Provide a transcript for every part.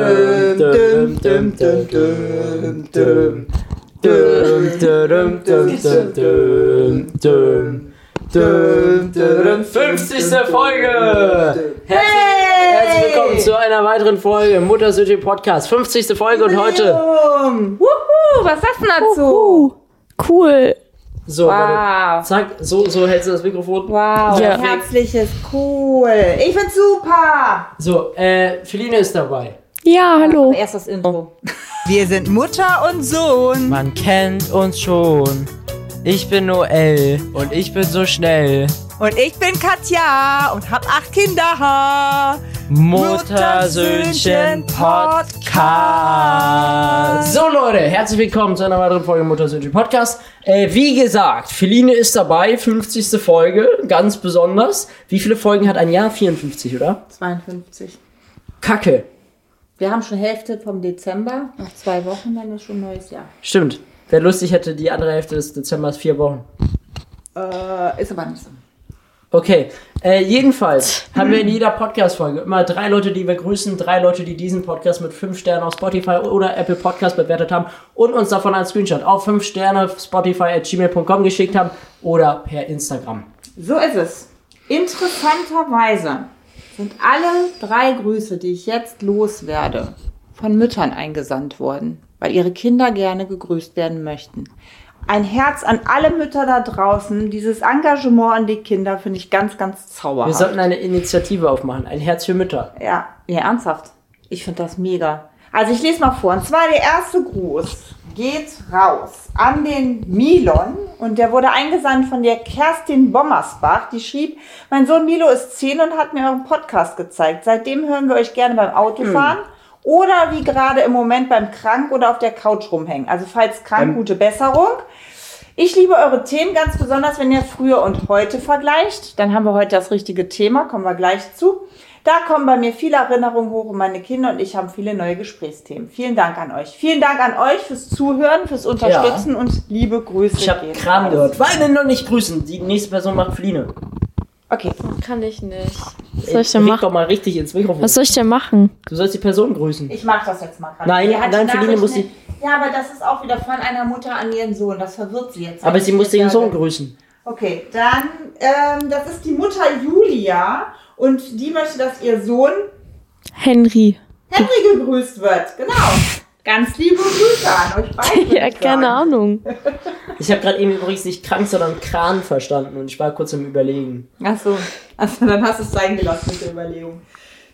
Dum, dum, dum, dum, dum, dum. Dum, dum, dum, dum, dum, dum. Dum, dum, 50. Folge! Herzlich willkommen zu einer weiteren Folge Muttersüchtig Podcast. 50. Folge und heute. Jubiläum. Wuhu, was sagst du dazu? Uhu, cool. So, warte. Wow. Zack, so, so hältst du das Mikrofon. Wow, Ja. herzliches, cool. Ich find's super. So, äh, Feline ist dabei. Ja, hallo. Erst das Intro. Oh. Wir sind Mutter und Sohn. Man kennt uns schon. Ich bin Noel und ich bin so schnell. Und ich bin Katja und hab acht Kinder. Muttersöhnchen Podcast. So Leute, herzlich willkommen zu einer weiteren Folge Muttersöhnchen Podcast. Äh, wie gesagt, Feline ist dabei, 50. Folge, ganz besonders. Wie viele Folgen hat ein Jahr? 54, oder? 52. Kacke. Wir haben schon Hälfte vom Dezember. Nach zwei Wochen dann ist schon neues Jahr. Stimmt. Wäre lustig, hätte die andere Hälfte des Dezembers vier Wochen. Äh, ist aber nicht so. Okay, äh, jedenfalls haben wir in jeder Podcast-Folge immer drei Leute, die wir grüßen, drei Leute, die diesen Podcast mit fünf Sternen auf Spotify oder Apple Podcast bewertet haben und uns davon einen Screenshot auf fünf Sterne auf Spotify at gmail.com geschickt haben oder per Instagram. So ist es. Interessanterweise sind alle drei Grüße, die ich jetzt loswerde, von Müttern eingesandt worden, weil ihre Kinder gerne gegrüßt werden möchten. Ein Herz an alle Mütter da draußen. Dieses Engagement an die Kinder finde ich ganz, ganz Wir zauberhaft. sollten eine Initiative aufmachen, ein Herz für Mütter. Ja, ja, ernsthaft. Ich finde das mega. Also ich lese mal vor. Und zwar der erste Gruß geht raus an den Milon und der wurde eingesandt von der Kerstin Bommersbach, die schrieb, mein Sohn Milo ist 10 und hat mir euren Podcast gezeigt. Seitdem hören wir euch gerne beim Autofahren oder wie gerade im Moment beim Krank oder auf der Couch rumhängen. Also falls krank, gute Besserung. Ich liebe eure Themen ganz besonders, wenn ihr früher und heute vergleicht. Dann haben wir heute das richtige Thema, kommen wir gleich zu. Da kommen bei mir viele Erinnerungen hoch und meine Kinder und ich haben viele neue Gesprächsthemen. Vielen Dank an euch. Vielen Dank an euch fürs Zuhören, fürs Unterstützen und liebe Grüße. Ich habe gehen Kram raus. gehört. Weinen noch nicht grüßen. Die nächste Person macht Fliene. Okay, Kann ich nicht. Was soll Ey, ich denn red machen? doch mal richtig ins Mikrofon. Was soll ich denn machen? Du sollst die Person grüßen. ich mache das jetzt mal gerade. Nein, Die hat die nein, Feline Nachricht muss die- nicht- Ja, aber das ist auch wieder von einer Mutter an ihren Sohn. Das verwirrt sie jetzt. Aber sie muss den Sohn Sohn grüßen. Okay, dann, ähm, das ist die Mutter Julia und die möchte, dass ihr Sohn Henry. Henry gegrüßt wird. Genau. Ganz liebe Grüße an euch beide. würde Ja, ich keine genau. sagen. Ahnung. Ich habe gerade eben übrigens nicht krank, sondern Kran verstanden und ich war kurz im Überlegen. Ach so. Also dann hast du es sein gelassen mit der Überlegung.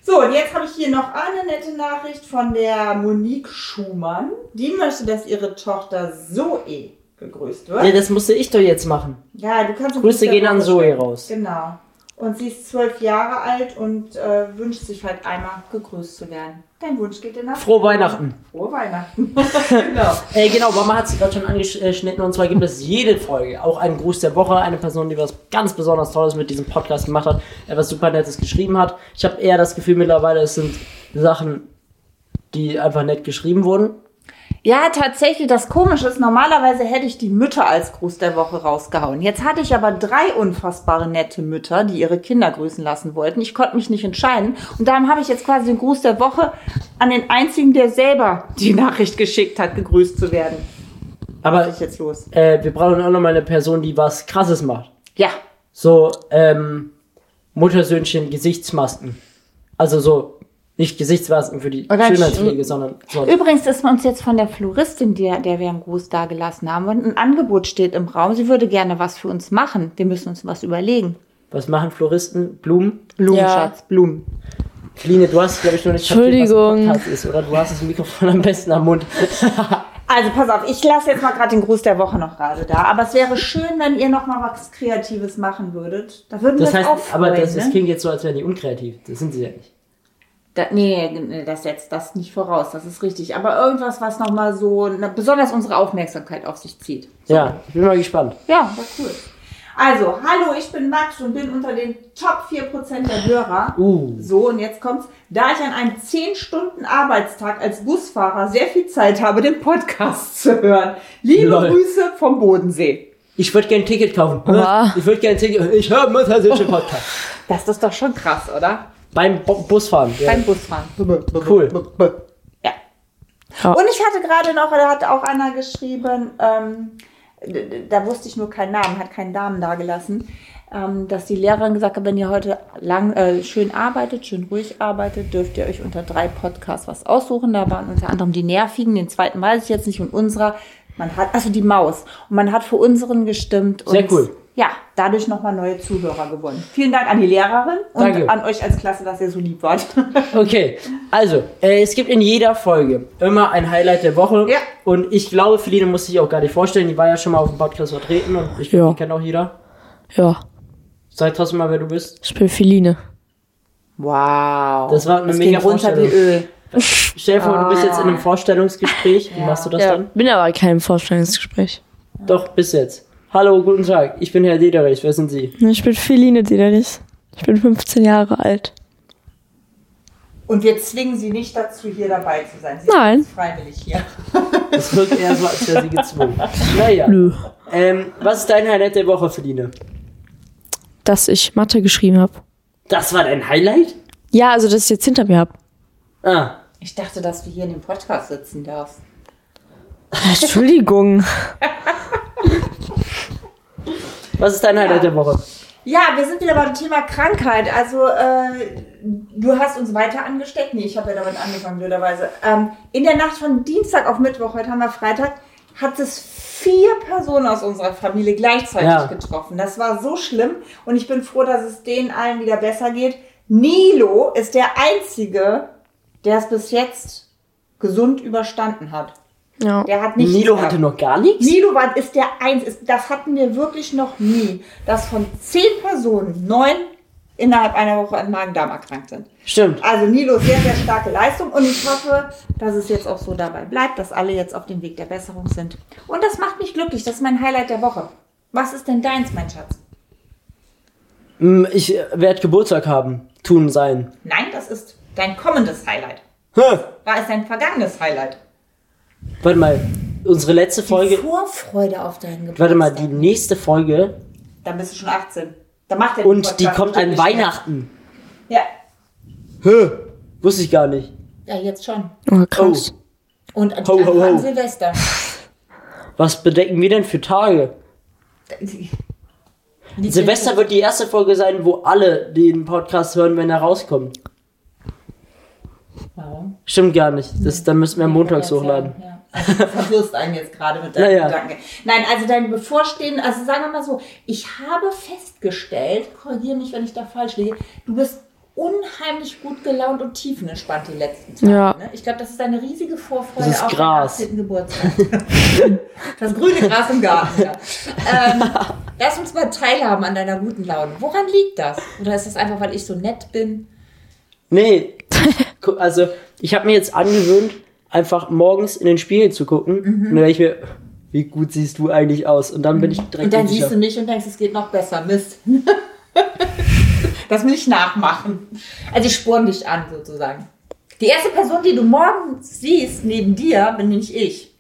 So, und jetzt habe ich hier noch eine nette Nachricht von der Monique Schumann. Die möchte, dass ihre Tochter Zoe gegrüßt wird. Ja, das musste ich doch jetzt machen. Ja, du kannst Grüße gehen an Zoe raus. Genau. Und sie ist zwölf Jahre alt und äh, wünscht sich halt einmal gegrüßt zu werden. Dein Wunsch geht in Erfüllung. Frohe Weihnachten. Frohe Weihnachten. genau. Äh, genau, Mama hat es gerade schon angeschnitten und zwar gibt es jede Folge auch einen Gruß der Woche, eine Person, die was ganz besonders Tolles mit diesem Podcast gemacht hat, etwas super Nettes geschrieben hat. Ich habe eher das Gefühl mittlerweile, es sind Sachen, die einfach nett geschrieben wurden. Ja, tatsächlich, das Komische ist, normalerweise hätte ich die Mütter als Gruß der Woche rausgehauen. Jetzt hatte ich aber drei unfassbare nette Mütter, die ihre Kinder grüßen lassen wollten. Ich konnte mich nicht entscheiden. Und darum habe ich jetzt quasi den Gruß der Woche an den einzigen, der selber die Nachricht geschickt hat, gegrüßt zu werden. Was Aber ist jetzt los? äh, wir brauchen auch nochmal eine Person, die was Krasses macht. Ja, So, ähm, Muttersöhnchen Gesichtsmasken. Also so, nicht Gesichtsmasken für die Oder Schönheitspflege, sondern so. Übrigens ist uns jetzt von der Floristin, der, der wir einen Gruß dagelassen haben, und ein Angebot steht im Raum. Sie würde gerne was für uns machen. Wir müssen uns was überlegen. Was machen Floristen? Blumen? Blumen, Ja. Schatz, Blumen. Kline, du hast, glaube ich, noch nicht kapiert, Entschuldigung. was ein Podcast ist, oder? Du hast das Mikrofon am besten am Mund. Also pass auf, ich lasse jetzt mal gerade den Gruß der Woche noch gerade da. Aber es wäre schön, wenn ihr noch mal was Kreatives machen würdet. Da würden Das wir heißt, uns auch freuen. aber das, das ne? klingt jetzt so, als wären die unkreativ. Das sind sie ja nicht. da, nee, nee, das setzt das nicht voraus. Das ist richtig. Aber irgendwas, was noch mal so na, besonders unsere Aufmerksamkeit auf sich zieht. Ja, ich bin mal gespannt. Ja, war cool. Also, hallo, ich bin Max und bin unter den Top 4% der Hörer. Uh. So, und jetzt kommt's. Da ich an einem 10-Stunden-Arbeitstag als Busfahrer sehr viel Zeit habe, den Podcast zu hören. Liebe Lol. Grüße vom Bodensee. Ich würde gerne ein Ticket kaufen. Wow. Ich würde gerne ein Ticket. Ich höre Muttersöhnchen Podcast. Das ist doch schon krass, oder? Beim Bo Busfahren. Ja. Beim Busfahren. Cool. Ja. Ja. Und ich hatte gerade noch, da hat auch einer geschrieben, ähm, d- d- da wusste ich nur keinen Namen, hat keinen Namen dagelassen, ähm, dass die Lehrerin gesagt hat, wenn ihr heute lang, äh, schön arbeitet, schön ruhig arbeitet, dürft ihr euch unter drei Podcasts was aussuchen. Da waren unter anderem die Nervigen, den zweiten weiß ich jetzt nicht, und unserer, man hat, also die Maus. Und man hat für unseren gestimmt. Und Sehr cool. Ja, dadurch nochmal neue Zuhörer gewonnen. Vielen Dank an die Lehrerin und Danke. an euch als Klasse, dass ihr so lieb wart. Okay, also, äh, es gibt in jeder Folge immer ein Highlight der Woche. Ja. Und ich glaube, Feline muss sich auch gar nicht vorstellen. Die war ja schon mal auf dem Podcast vertreten und ich Ja. die kennt auch jeder. Ja, Sag trotzdem mal, wer du bist. ich bin Feline. Wow. Das war eine das mega ging runter wie Vorstellung. Öl. Stell dir vor, du bist jetzt in einem Vorstellungsgespräch. Wie machst du das Ja, dann? bin aber kein Vorstellungsgespräch. Doch, bis jetzt. Hallo, guten Tag. Ich bin Herr Dederich. Wer sind Sie? Ne, Ich bin Feline Dederich. Ich bin 15 Jahre alt. Und wir zwingen sie nicht dazu, hier dabei zu sein. Sie Nein. ist freiwillig hier. Es wirkt eher so, als wäre sie gezwungen. Naja. Nö. Ähm, was ist dein Highlight der Woche, Feline? Dass ich Mathe geschrieben habe. Das war dein Highlight? Ja, also dass ich jetzt hinter mir habe. Ah, Ich dachte, dass du hier in dem Podcast sitzen darfst. Entschuldigung. was ist dein Highlight der Woche? Ja, wir sind wieder beim Thema Krankheit. Also, äh, du hast uns weiter angesteckt. Nee, ich habe ja damit angefangen, blöderweise. Ähm, in der Nacht von Dienstag auf Mittwoch, heute haben wir Freitag, hat es vier Personen aus unserer Familie gleichzeitig Ja. getroffen. Das war so schlimm und ich bin froh, dass es denen allen wieder besser geht. Nilo ist der Einzige, der es bis jetzt gesund überstanden hat. Ja. Der hat nichts Nilo gehabt. hatte noch gar nichts? Nilo war, ist der Eins. Ist, das hatten wir wirklich noch nie, dass von zehn Personen neun innerhalb einer Woche an Magen-Darm erkrankt sind. Stimmt. Also Nilo, sehr, sehr starke Leistung und ich hoffe, dass es jetzt auch so dabei bleibt, dass alle jetzt auf dem Weg der Besserung sind. Und das macht mich glücklich. Das ist mein Highlight der Woche. Was ist denn deins, mein Schatz? Hm, Ich werde Geburtstag haben. Tun sein. Nein, das ist dein kommendes Highlight. Hä? War es dein vergangenes Highlight? Warte mal. Unsere letzte Die Folge. Vorfreude auf deinen Geburtstag. Warte mal, die nächste Folge. Dann bist du schon 18. Dann macht der Und Podcast die kommt an bestimmt nicht mehr. Weihnachten. Ja. Hä? Wusste ich gar nicht. ja, jetzt schon. Oh, Oh. krass. Und Ho, an, ho, ho. an Silvester. Was bedecken wir denn für Tage? Silvester wird die erste Folge sein, wo alle den Podcast hören, wenn er rauskommt. Warum? Stimmt gar nicht. Das, dann müssen wir montags hochladen. Ja. Also, du verwirrst einen jetzt gerade mit deinen Naja. Gedanken. Nein, also dein bevorstehenden, also sagen wir mal so, ich habe festgestellt, korrigiere mich, wenn ich da falsch liege, du bist unheimlich gut gelaunt und tiefenentspannt die letzten Tage. Ja. Ne? Ich glaube, das ist eine riesige Vorfreude Das ist auf den Gras. 18. Geburtstag. das grüne Gras im Garten. Ja. Ähm, lass uns mal teilhaben an deiner guten Laune. Woran liegt das? Oder ist das einfach, weil ich so nett bin? Nee. Gu- Also, ich habe mir jetzt angewöhnt, einfach morgens in den Spiegel zu gucken. Mhm. Und dann denk ich mir, wie gut siehst du eigentlich aus? Und dann bin ich direkt Mhm. Und dann unsicher. siehst du mich und denkst, es geht noch besser. Mist. das will ich nachmachen. Also ich sporn dich an, sozusagen. Die erste Person, die du morgen siehst neben dir, bin nicht ich.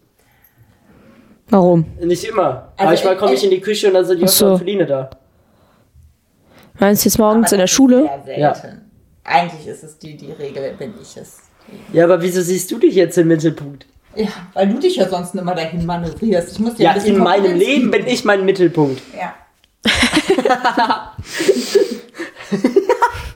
Warum? Nicht immer. Also, Manchmal komme ich äh, in die Küche und dann sind die Ach so. so. Feline da. Meinst du jetzt Aber morgens in der das ist Schule? Sehr selten. Eigentlich ist es die, die Regel, bin ich es. Ja, aber wieso siehst du dich jetzt im Mittelpunkt? Ja, weil du dich ja sonst immer dahin manövrierst. Ich muss dir Ja, ein bisschen in meinem Kompetenz Leben bin ich mein Mittelpunkt. geben. Ja.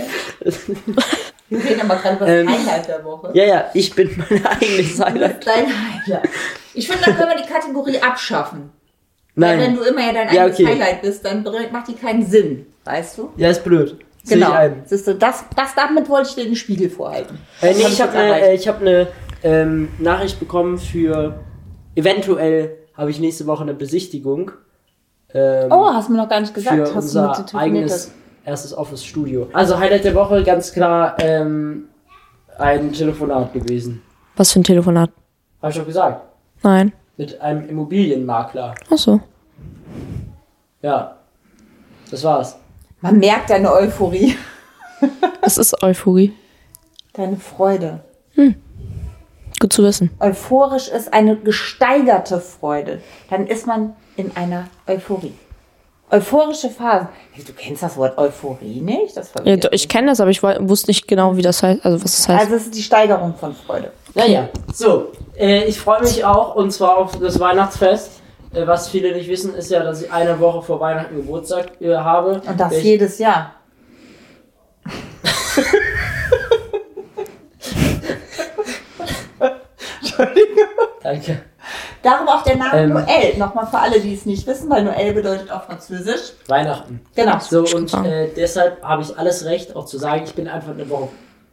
Wir reden aber gerade über das Ähm, Highlight der Woche. Ja, ja, ich bin mein eigenes Highlight. Dein Highlight. Ich finde, dann können wir die Kategorie abschaffen. Weil wenn Nein. du immer ja dein Ja, eigenes okay. Highlight bist, dann bring- macht die keinen Sinn. Weißt du? Ja, ist blöd. Sehe Genau. ich ein. Siehst du, das, das damit wollte ich dir den Spiegel vorhalten. Äh, nee, Das ich habe jetzt eine erreicht. äh, ich hab ne, ähm, Nachricht bekommen für eventuell habe ich nächste Woche eine Besichtigung ähm, Oh, hast du mir noch gar nicht gesagt. für hast du unser eigenes erstes Office Studio. Also Highlight der Woche ganz klar ähm, ein Telefonat gewesen. Was für ein Telefonat? Habe ich doch gesagt. Nein. Mit einem Immobilienmakler. Ach so. Ja. Das war's. Man merkt deine Euphorie, Es ist Euphorie. deine Freude. Gut zu wissen. Euphorisch ist eine gesteigerte Freude. Dann ist man in einer Euphorie. Euphorische Phasen. Hey, Du kennst das Wort Euphorie nicht? Das Ja, verwirrt doch, ich kenne das, aber ich woll- wusste nicht genau, wie das heißt, also was das heißt. Also es ist die Steigerung von Freude. Naja, so, äh, ich freue mich auch und zwar auf das Weihnachtsfest. Äh, was viele nicht wissen, ist ja, dass ich eine Woche vor Weihnachten Geburtstag äh, habe. Und das Ich- jedes Jahr. Danke. Darum auch der Name Ähm. Noel. Nochmal für alle, die es nicht wissen, weil Noel bedeutet auf Französisch. Weihnachten. Genau. So, und Genau. äh, deshalb habe ich alles recht, auch zu sagen, ich bin einfach eine Woche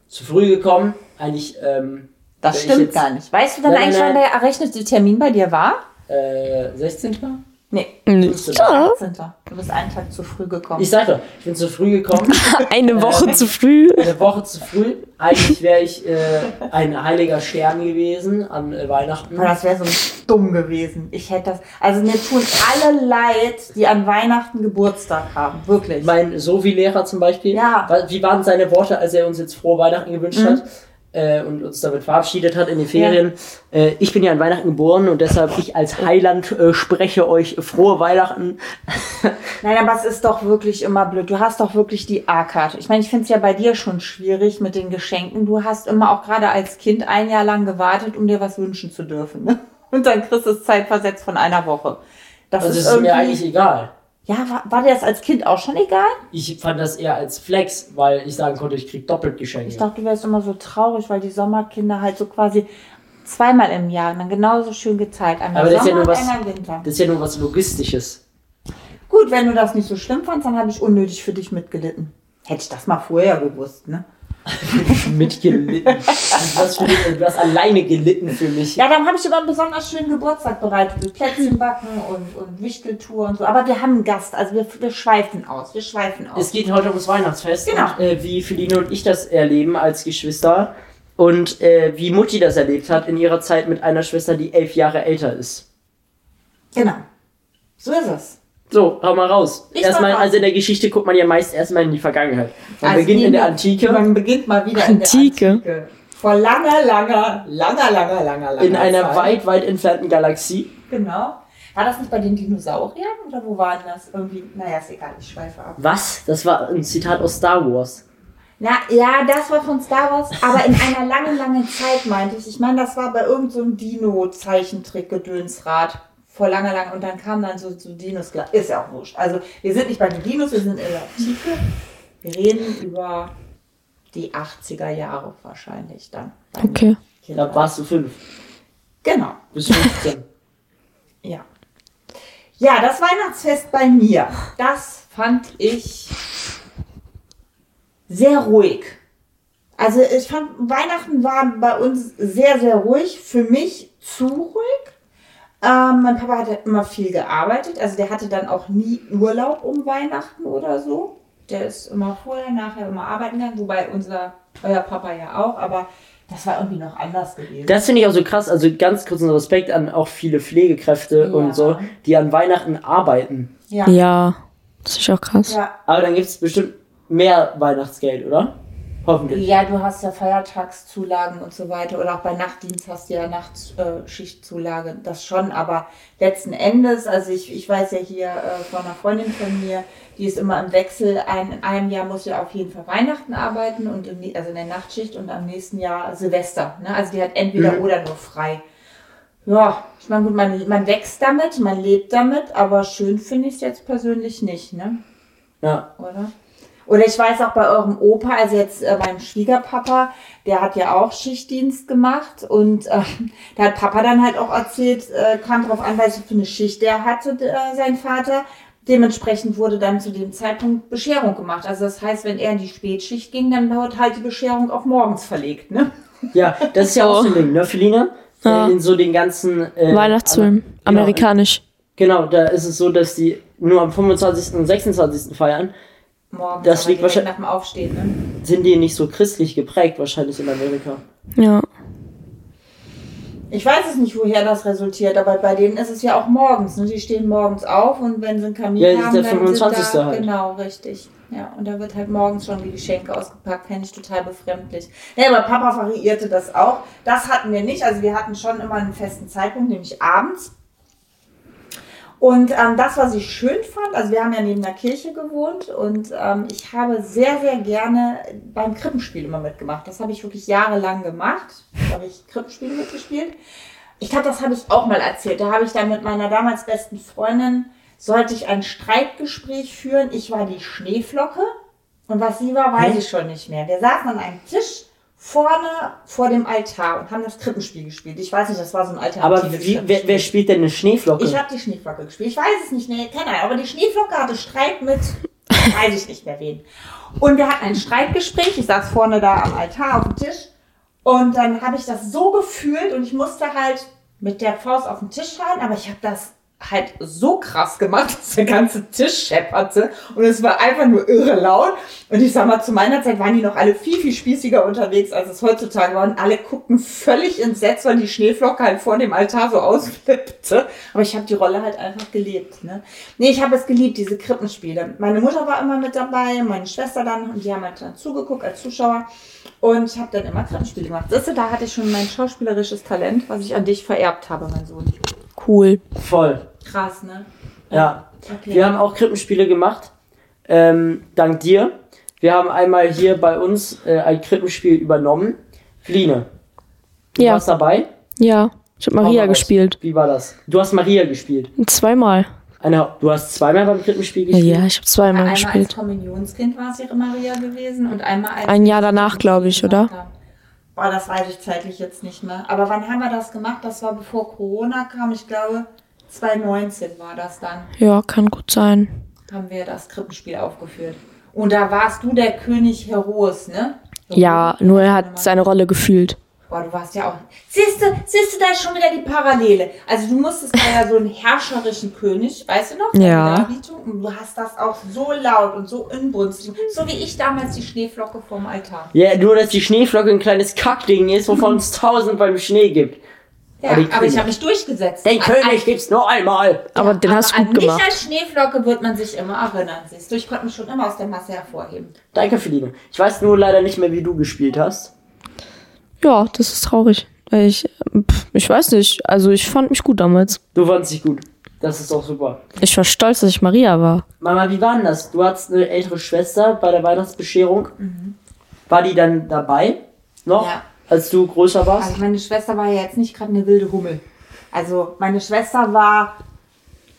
zu früh gekommen. Eigentlich, ähm, Das wenn ich stimmt jetzt, gar nicht. Weißt du dann Nein, eigentlich, nein, wann der errechnete Termin bei dir war? Äh, 16. Nee, Nee. 15. Ah, 18. Du bist einen Tag zu früh gekommen. Ich sag doch, ich bin zu früh gekommen, Also, eine Woche zu früh. eine Woche zu früh. Eigentlich wäre ich äh, ein heiliger Stern gewesen an äh, Weihnachten. Aber das wäre so dumm gewesen. Ich hätte das. Also mir tun alle leid, die an Weihnachten Geburtstag haben. Wirklich. Mein Sovi-Lehrer zum Beispiel, Ja. Mhm. wa- wie waren seine Worte, als er uns jetzt frohe Weihnachten gewünscht hat äh, und uns damit verabschiedet hat in den Ferien? Äh, ich bin ja an Weihnachten geboren und deshalb ich als Heiland äh, spreche euch frohe Weihnachten. Nein, aber es ist doch wirklich immer blöd. Du hast doch wirklich die A-Karte. Ich meine, ich finde es ja bei dir schon schwierig mit den Geschenken. Du hast immer auch gerade als Kind ein Jahr lang gewartet, um dir was wünschen zu dürfen. Ne? Und dann kriegst du es zeitversetzt von einer Woche. Das Also ist, es ist irgendwie, mir eigentlich egal. Ja, war, war dir das als Kind auch schon egal? Ich fand das eher als Flex, weil ich sagen konnte, ich krieg doppelt Geschenke. Ich dachte, du wärst immer so traurig, weil die Sommerkinder halt so quasi zweimal im Jahr dann genauso schön geteilt. Einmal Aber das ist ja Sommer nur was- und einmal Winter. das ist ja nur was Logistisches. Gut, wenn du das nicht so schlimm fandst, dann habe ich unnötig für dich mitgelitten. Hätte ich das mal vorher gewusst, ne? mitgelitten. Du hast, für mich, du hast alleine gelitten für mich. Ja, dann habe ich immer einen besonders schönen Geburtstag bereitet. Mit Plätzchen backen und, und Wichteltour und so. Aber wir haben einen Gast, also wir, wir schweifen aus. Wir schweifen aus. Es geht heute ums Weihnachtsfest Genau. und äh, wie Feline und ich das erleben als Geschwister und äh, wie Mutti das erlebt hat in ihrer Zeit mit einer Schwester, die elf Jahre älter ist. genau. So ist es. So, hau mal raus. Ich erstmal, mach raus. also in der Geschichte guckt man ja meist erstmal in die Vergangenheit. Man Also beginnt gehen in der wir- Antike Man beginnt mal wieder in der Antike. Antike. Vor langer, langer, langer, langer, langer, langer in einer Zeit. weit, weit entfernten Galaxie. Genau. War das nicht bei den Dinosauriern oder wo waren das? Irgendwie, naja, ist egal, ich schweife ab. Was? Das war ein Zitat aus Star Wars. Na, ja, das war von Star Wars, aber in einer langen, langen Zeit, meinte ich. Ich meine, das war bei irgendeinem so einem Dino-Zeichentrick-Gedönsrad. Vor langer, lang und dann kamen dann so, so Dinos. klar. Ist ja auch wurscht. Also, wir sind nicht bei den Dinos, wir sind in der Antike. Wir reden über die 80er Jahre wahrscheinlich dann. Okay. Da warst du fünf. Genau. Bis 15. Ja. Ja, das Weihnachtsfest bei mir, das fand ich sehr ruhig. Also ich fand, Weihnachten war bei uns sehr, sehr ruhig. Für mich zu ruhig. Ähm, mein Papa hat immer viel gearbeitet. Also der hatte dann auch nie Urlaub um Weihnachten oder so. Der ist immer vorher, nachher immer arbeiten gegangen. Wobei unser, euer Papa ja auch. Aber das war irgendwie noch anders gewesen. Das finde ich auch so krass. Also ganz kurzen Respekt an auch viele Pflegekräfte Ja. und so, die an Weihnachten arbeiten. Ja. Das ist auch krass. ja. Aber dann gibt es bestimmt mehr Weihnachtsgeld, oder? Hoffentlich. Ja, du hast ja Feiertagszulagen und so weiter. Oder auch bei Nachtdienst hast du ja Nachtschichtzulage. Das schon, aber letzten Endes, also ich, ich weiß ja hier äh, von einer Freundin von mir, die ist immer im Wechsel. Ein, in einem Jahr muss ja auf jeden Fall Weihnachten arbeiten und im, nä- also in der Nachtschicht und am nächsten Jahr Silvester. Ne? Also die hat entweder Mhm. oder nur frei. Ja, ich meine, gut, man, man wächst damit, man lebt damit, aber schön finde ich es jetzt persönlich nicht, ne? Ja. oder? Oder ich weiß auch bei eurem Opa, also jetzt äh, meinem Schwiegerpapa, der hat ja auch Schichtdienst gemacht und äh, da hat Papa dann halt auch erzählt, äh, kam drauf an, was für eine Schicht er hatte, äh, sein Vater. Dementsprechend wurde dann zu dem Zeitpunkt Bescherung gemacht. Also das heißt, wenn er in die Spätschicht ging, dann wurde halt die Bescherung auf morgens verlegt, ne? ja, das ist ja auch so ein Ding, ne, Feline? Oh. Ja. Äh, In so den ganzen... Äh, Weihnachtsfilm. Amer- Genau, Amerikanisch. genau, da ist es so, dass die nur am 25. und 26. feiern. Morgens, Das aber liegt direkt wahrscheinlich- nach dem Aufstehen, ne? Sind die nicht so christlich geprägt, wahrscheinlich in Amerika. Ja. Ich weiß es nicht, woher das resultiert, aber bei denen ist es ja auch morgens. Ne? Die stehen morgens auf und wenn sie einen Kamin Ja, das ist haben, der dann 25. sind da, halt. Genau, richtig. Ja, und da wird halt morgens schon die Geschenke ausgepackt. Fände ich total befremdlich. Ja, aber Papa variierte das auch. Das hatten wir nicht. Also wir hatten schon immer einen festen Zeitpunkt, nämlich abends. Und ähm, das, was ich schön fand, also wir haben ja neben der Kirche gewohnt und ähm, ich habe sehr, sehr gerne beim Krippenspiel immer mitgemacht. Das habe ich wirklich jahrelang gemacht. Da habe ich Krippenspiele mitgespielt. Ich glaube, das habe ich auch mal erzählt. Da habe ich dann mit meiner damals besten Freundin, sollte ich ein Streitgespräch führen. Ich war die Schneeflocke und was sie war, weiß ich schon nicht mehr. Wir saßen an einem Tisch vorne vor dem Altar und haben das Krippenspiel gespielt. Ich weiß nicht, das war so ein alternatives Aber wie, Krippenspiel. wer, wer spielt denn eine Schneeflocke? Ich habe die Schneeflocke gespielt. Ich weiß es nicht mehr, keine Ahnung. Aber die Schneeflocke hatte Streit mit, weiß ich nicht mehr wen. Und wir hatten ein Streitgespräch. Ich saß vorne da am Altar auf dem Tisch. Und dann habe ich das so gefühlt und ich musste halt mit der Faust auf den Tisch hauen. Aber ich habe das halt so krass gemacht, dass der ganze Tisch schepperte und es war einfach nur irre laut. Und ich sag mal, zu meiner Zeit waren die noch alle viel, viel spießiger unterwegs, als es heutzutage war. Und alle guckten völlig entsetzt, weil die Schneeflocke halt vor dem Altar so ausflippte. Aber ich habe die Rolle halt einfach gelebt. Ne? Nee, ich habe es geliebt, diese Krippenspiele. Meine Mutter war immer mit dabei, meine Schwester dann, und die haben halt dann zugeguckt als Zuschauer. Und ich habe dann immer Krippenspiele gemacht. Siehst du, da hatte ich schon mein schauspielerisches Talent, was ich an dich vererbt habe, mein Sohn. Cool. Voll. Krass, ne? Ja. Okay. Wir haben auch Krippenspiele gemacht. Ähm, dank dir. Wir haben einmal hier bei uns äh, ein Krippenspiel übernommen. Line, du Ja. warst dabei? Ja. Ich habe Hau mal Maria raus. gespielt. Wie war das? Du hast Maria gespielt. Zweimal. Eine, du hast zweimal beim Krippenspiel gespielt? Ja, ich habe zweimal Einmal als gespielt. Kommunionskind war es ihre Maria gewesen und einmal als Ein Jahr danach, glaub ich, oder? Boah, das weiß ich zeitlich jetzt nicht mehr. Aber wann haben wir das gemacht? Das war bevor Corona kam. Ich glaube, 2019 war das dann. Ja, kann gut sein. Haben wir das Krippenspiel aufgeführt. Und da warst du der König Heroes, ne? Ja, nur er hat seine Rolle gefühlt. Boah, du warst ja auch. Siehst du, siehst du, da ist schon wieder die Parallele. Also du musstest da ja so einen herrscherischen König, weißt du noch? der Ja. Darbietung, Und du hast das auch so laut und so inbrünstig. So wie ich damals die Schneeflocke vorm Altar. Ja, nur dass die Schneeflocke ein kleines Kackding ist, wovon es tausend beim Schnee gibt. Ja, Aber die aber, ich König- habe mich durchgesetzt. Den An- König gibt's nur einmal. Aber den aber hast du an gut gemacht. Mich als Schneeflocke wird man sich immer erinnern. Siehst du, ich konnte mich schon immer aus der Masse hervorheben. Danke, Feline. Ich weiß nur leider nicht mehr, wie du gespielt hast. Ja, das ist traurig. Weil Ich, pff, ich weiß nicht. Also ich fand mich gut damals. Du fandst dich gut. Das ist doch super. Ich war stolz, dass ich Maria war. Mama, wie war denn das? Du hattest eine ältere Schwester bei der Weihnachtsbescherung. Mhm. War die dann dabei? Noch? Ja. Als du größer warst? Also meine Schwester war ja jetzt nicht gerade eine wilde Hummel. Also meine Schwester war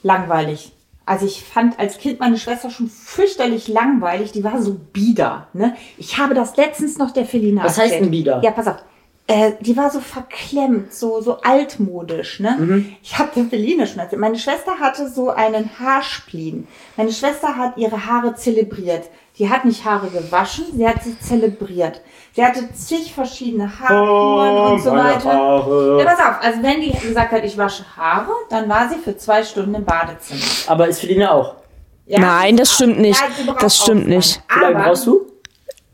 langweilig. Also ich fand als Kind meine Schwester schon fürchterlich langweilig. Die war so bieder. Ne? Ich habe das letztens noch der Felina Was heißt erzählt. denn bieder? Ja, pass auf. Äh, die war so verklemmt, so, so altmodisch. Ne? Mhm. Ich habe der Feline schon erzählt. Meine Schwester hatte so einen Haarsplin. Meine Schwester hat ihre Haare zelebriert. Die hat nicht Haare gewaschen, sie hat sie zelebriert. Sie hatte zig verschiedene Haarkuren und so weiter. Ja, pass auf, also wenn die gesagt hat, ich wasche Haare, dann war sie für zwei Stunden im Badezimmer. Aber ist Feline auch. Ja, Nein, das stimmt nicht. sie braucht Das stimmt Aufwand. nicht. Wie lange Aber- brauchst du?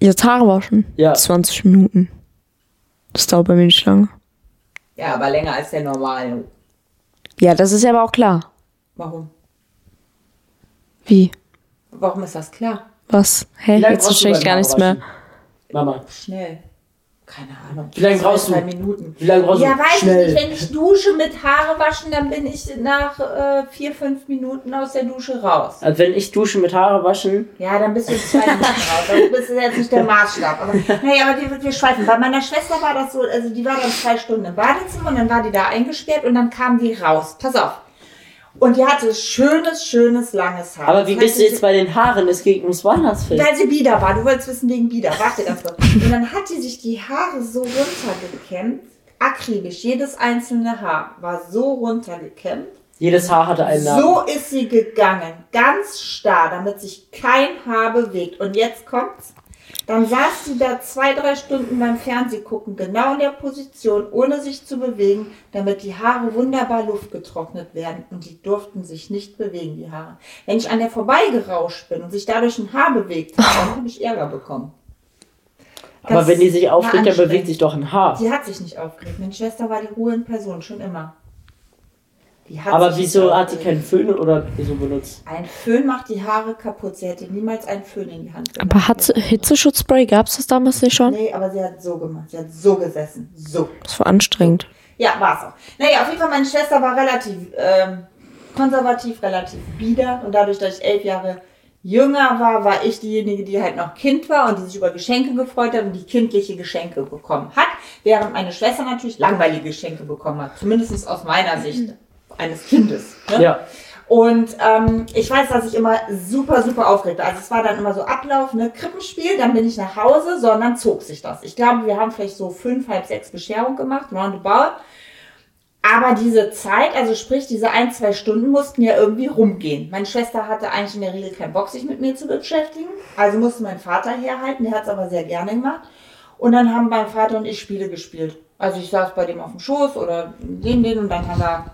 Jetzt Haare waschen. Ja. 20 Minuten. Das dauert bei mir nicht lange. Ja, aber länger als der normale. Ja, das ist ja aber auch klar. Warum? Wie? Warum ist das klar? Was? Hä? Wie lange Jetzt brauchst du verstehe ich beim gar nichts mehr. Haarwaschen? Mama, Schnell. Keine Ahnung. Wie lange Zwei, brauchst du? Drei Minuten. wie lange brauchst Ja, du? weiß Schnell. ich nicht, wenn ich dusche mit Haare waschen, dann bin ich nach äh, vier, fünf Minuten aus der Dusche raus. Also wenn ich dusche mit Haare waschen, Ja, dann bist du zwei Minuten raus. Also bist du jetzt nicht der Maßstab. Aber, naja, aber wir, wir schweifen. Bei meiner Schwester war das so, also die war dann zwei Stunden im Badezimmer und dann war die da eingesperrt und dann kam die raus. Pass auf. Und die hatte schönes, schönes, langes Haar. aber wie Das heißt, bist du jetzt bei den Haaren? Es ging ums Weihnachtsfest. weil sie bieder war. Du wolltest wissen wegen bieder. Warte ganz kurz. Und dann hat die sich die Haare so runtergekämmt. Akribisch. Jedes einzelne Haar war so runtergekämmt. Jedes Haar hatte einen Namen. So ist sie gegangen, ganz starr, damit sich kein Haar bewegt. Und jetzt kommt's. Dann saß sie da zwei, drei Stunden beim Fernsehgucken, genau in der Position, ohne sich zu bewegen, damit die Haare wunderbar luftgetrocknet werden. Und die durften sich nicht bewegen, die Haare. Wenn ich an der vorbeigerauscht bin und sich dadurch ein Haar bewegt, dann habe ich Ärger bekommen. aber Das wenn die sich aufregt, war dann bewegt anstrengend. sich doch ein Haar. Die hat sich nicht aufgeregt. Meine Schwester war die Ruhe in Person, schon immer. Die hat aber sich nicht wieso hat sie aufgeregt. keinen Föhn oder so benutzt? Ein Föhn macht die Haare kaputt. Sie hätte niemals einen Föhn in die Hand genommen. Aber hat Hitzeschutzspray gab's das damals nicht schon? Nee, aber sie hat so gemacht. Sie hat so gesessen. So. Das war anstrengend. Ja, war's auch. Naja, auf jeden Fall, meine Schwester war relativ ähm, konservativ, relativ bieder. Und dadurch, dass ich elf Jahre jünger war, war ich diejenige, die halt noch Kind war und die sich über Geschenke gefreut hat und die kindliche Geschenke bekommen hat. Während meine Schwester natürlich langweilige Geschenke bekommen hat. Zumindest aus meiner Sicht Mhm. eines Kindes. Ne? Ja. Und ähm, ich weiß, dass ich immer super, super aufgeregt war. Also es war dann immer so Ablauf, ne, Krippenspiel, dann bin ich nach Hause, sondern zog sich das. Ich glaube, wir haben vielleicht so fünf, halb sechs Bescherung gemacht, roundabout. Aber diese Zeit, also sprich diese ein, zwei Stunden, mussten ja irgendwie rumgehen. Meine Schwester hatte eigentlich in der Regel keinen Bock, sich mit mir zu beschäftigen. Also musste mein Vater herhalten, der hat es aber sehr gerne gemacht. Und dann haben mein Vater und ich Spiele gespielt. Also ich saß bei dem auf dem Schoß oder den, den und dann haben wir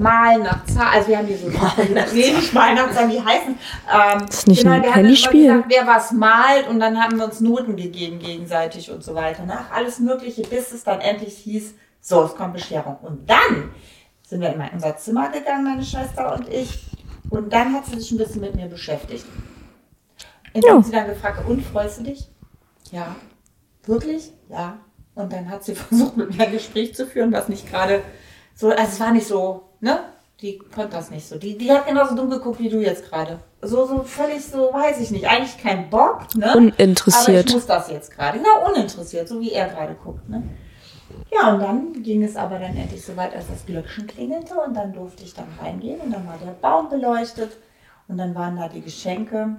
Mal nach Zahl, also wir haben die so nee, nicht Mal nach Zahl, wie heißen. Ähm, Das ist nicht ein der hat dann immer Handyspiel. gesagt, Wer was malt und dann haben wir uns Noten gegeben gegenseitig und so weiter. Nach alles Mögliche, bis es dann endlich hieß, so, es kommt Bescherung. Und dann sind wir in mein- unser Zimmer gegangen, meine Schwester und ich. Und dann hat sie sich ein bisschen mit mir beschäftigt. Und dann Ja. hat sie dann gefragt, und freust du dich? Ja. Wirklich? Ja. Und dann hat sie versucht, mit mir ein Gespräch zu führen, was nicht gerade so, also es war nicht so, ne? Die konnte das nicht so. Die, die hat genauso dumm geguckt wie du jetzt gerade. So, so völlig so, weiß ich nicht. Eigentlich kein Bock, ne? Uninteressiert. Aber ich muss das jetzt gerade. Genau, uninteressiert, so wie er gerade guckt, ne? Ja, und dann ging es aber dann endlich so weit, als das Glöckchen klingelte und dann durfte ich dann reingehen und dann war der Baum beleuchtet und dann waren da die Geschenke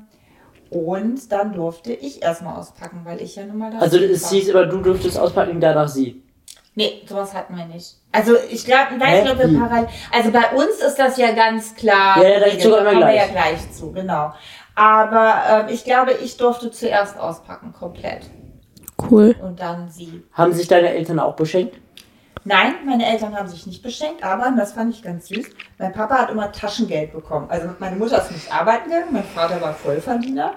und dann durfte ich erstmal auspacken, weil ich ja nun mal da Also drin es war. hieß immer, du dürftest auspacken, danach sie. Nee, sowas hatten wir nicht. Also ich glaube, ich weiß Hä? nicht, ob wir Wie? parallel. Also bei uns ist das ja ganz klar. Ja, ja, da geregelt. zu kommen wir kommen gleich. ja gleich zu, genau. Aber ähm, ich glaube, ich durfte zuerst auspacken, komplett. Cool. Und dann sie. Haben sich deine Eltern auch beschenkt? Nein, meine Eltern haben sich nicht beschenkt, aber, und das fand ich ganz süß, mein Papa hat immer Taschengeld bekommen. Also meine Mutter ist nicht arbeiten gegangen, mein Vater war Vollverdiener.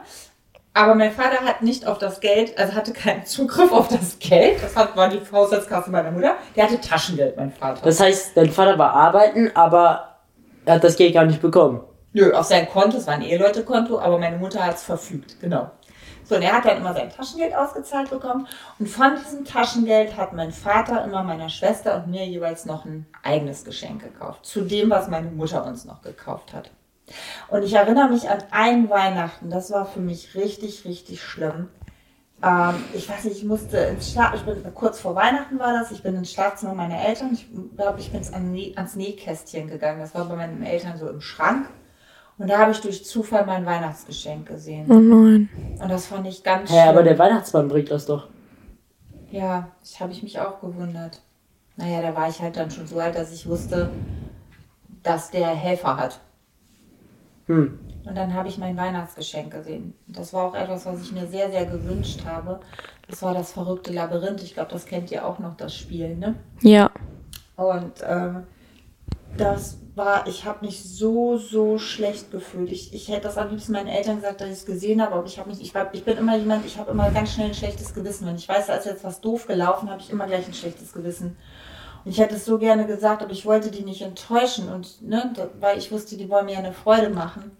Aber mein Vater hat nicht auf das Geld, also hatte keinen Zugriff auf das Geld. Das hat, war die Haushaltskasse meiner Mutter. Der hatte Taschengeld, mein Vater. Das heißt, dein Vater war arbeiten, aber er hat das Geld gar nicht bekommen. Nö, auf sein Konto, es war ein Eheleutekonto, aber meine Mutter hat es verfügt, genau. So, und er hat dann immer sein Taschengeld ausgezahlt bekommen. Und von diesem Taschengeld hat mein Vater immer meiner Schwester und mir jeweils noch ein eigenes Geschenk gekauft. Zu dem, was meine Mutter uns noch gekauft hat. Und ich erinnere mich an einen Weihnachten, das war für mich richtig, richtig schlimm. Ähm, ich weiß nicht, ich musste ins Schlaf, ich bin, kurz vor Weihnachten war das, ich bin ins Schlafzimmer meiner Eltern, ich glaube, ich bin ans, Nä- ans Nähkästchen gegangen, das war bei meinen Eltern so im Schrank. Und da habe ich durch Zufall mein Weihnachtsgeschenk gesehen. Oh nein. Und das fand ich ganz Hä, aber der Weihnachtsmann bringt das doch. ja, das habe ich mich auch gewundert. Naja, da war ich halt dann schon so alt, dass ich wusste, dass der Helfer hat. Hm. Und dann habe ich mein Weihnachtsgeschenk gesehen. Das war auch etwas, was ich mir sehr, sehr gewünscht habe. Das war das verrückte Labyrinth. Ich glaube, das kennt ihr auch noch, das Spiel, ne? Ja. Und ähm, das war, ich habe mich so, so schlecht gefühlt. Ich, ich hätte das am liebsten meinen Eltern gesagt, dass ich es gesehen habe, aber ich habe mich, ich, war, ich bin immer jemand, ich habe immer ganz schnell ein schlechtes Gewissen. Wenn ich weiß, da ist jetzt was doof gelaufen, habe ich immer gleich ein schlechtes Gewissen. Und ich hätte es so gerne gesagt, aber ich wollte die nicht enttäuschen und ne, da- weil ich wusste, die wollen mir ja eine Freude machen.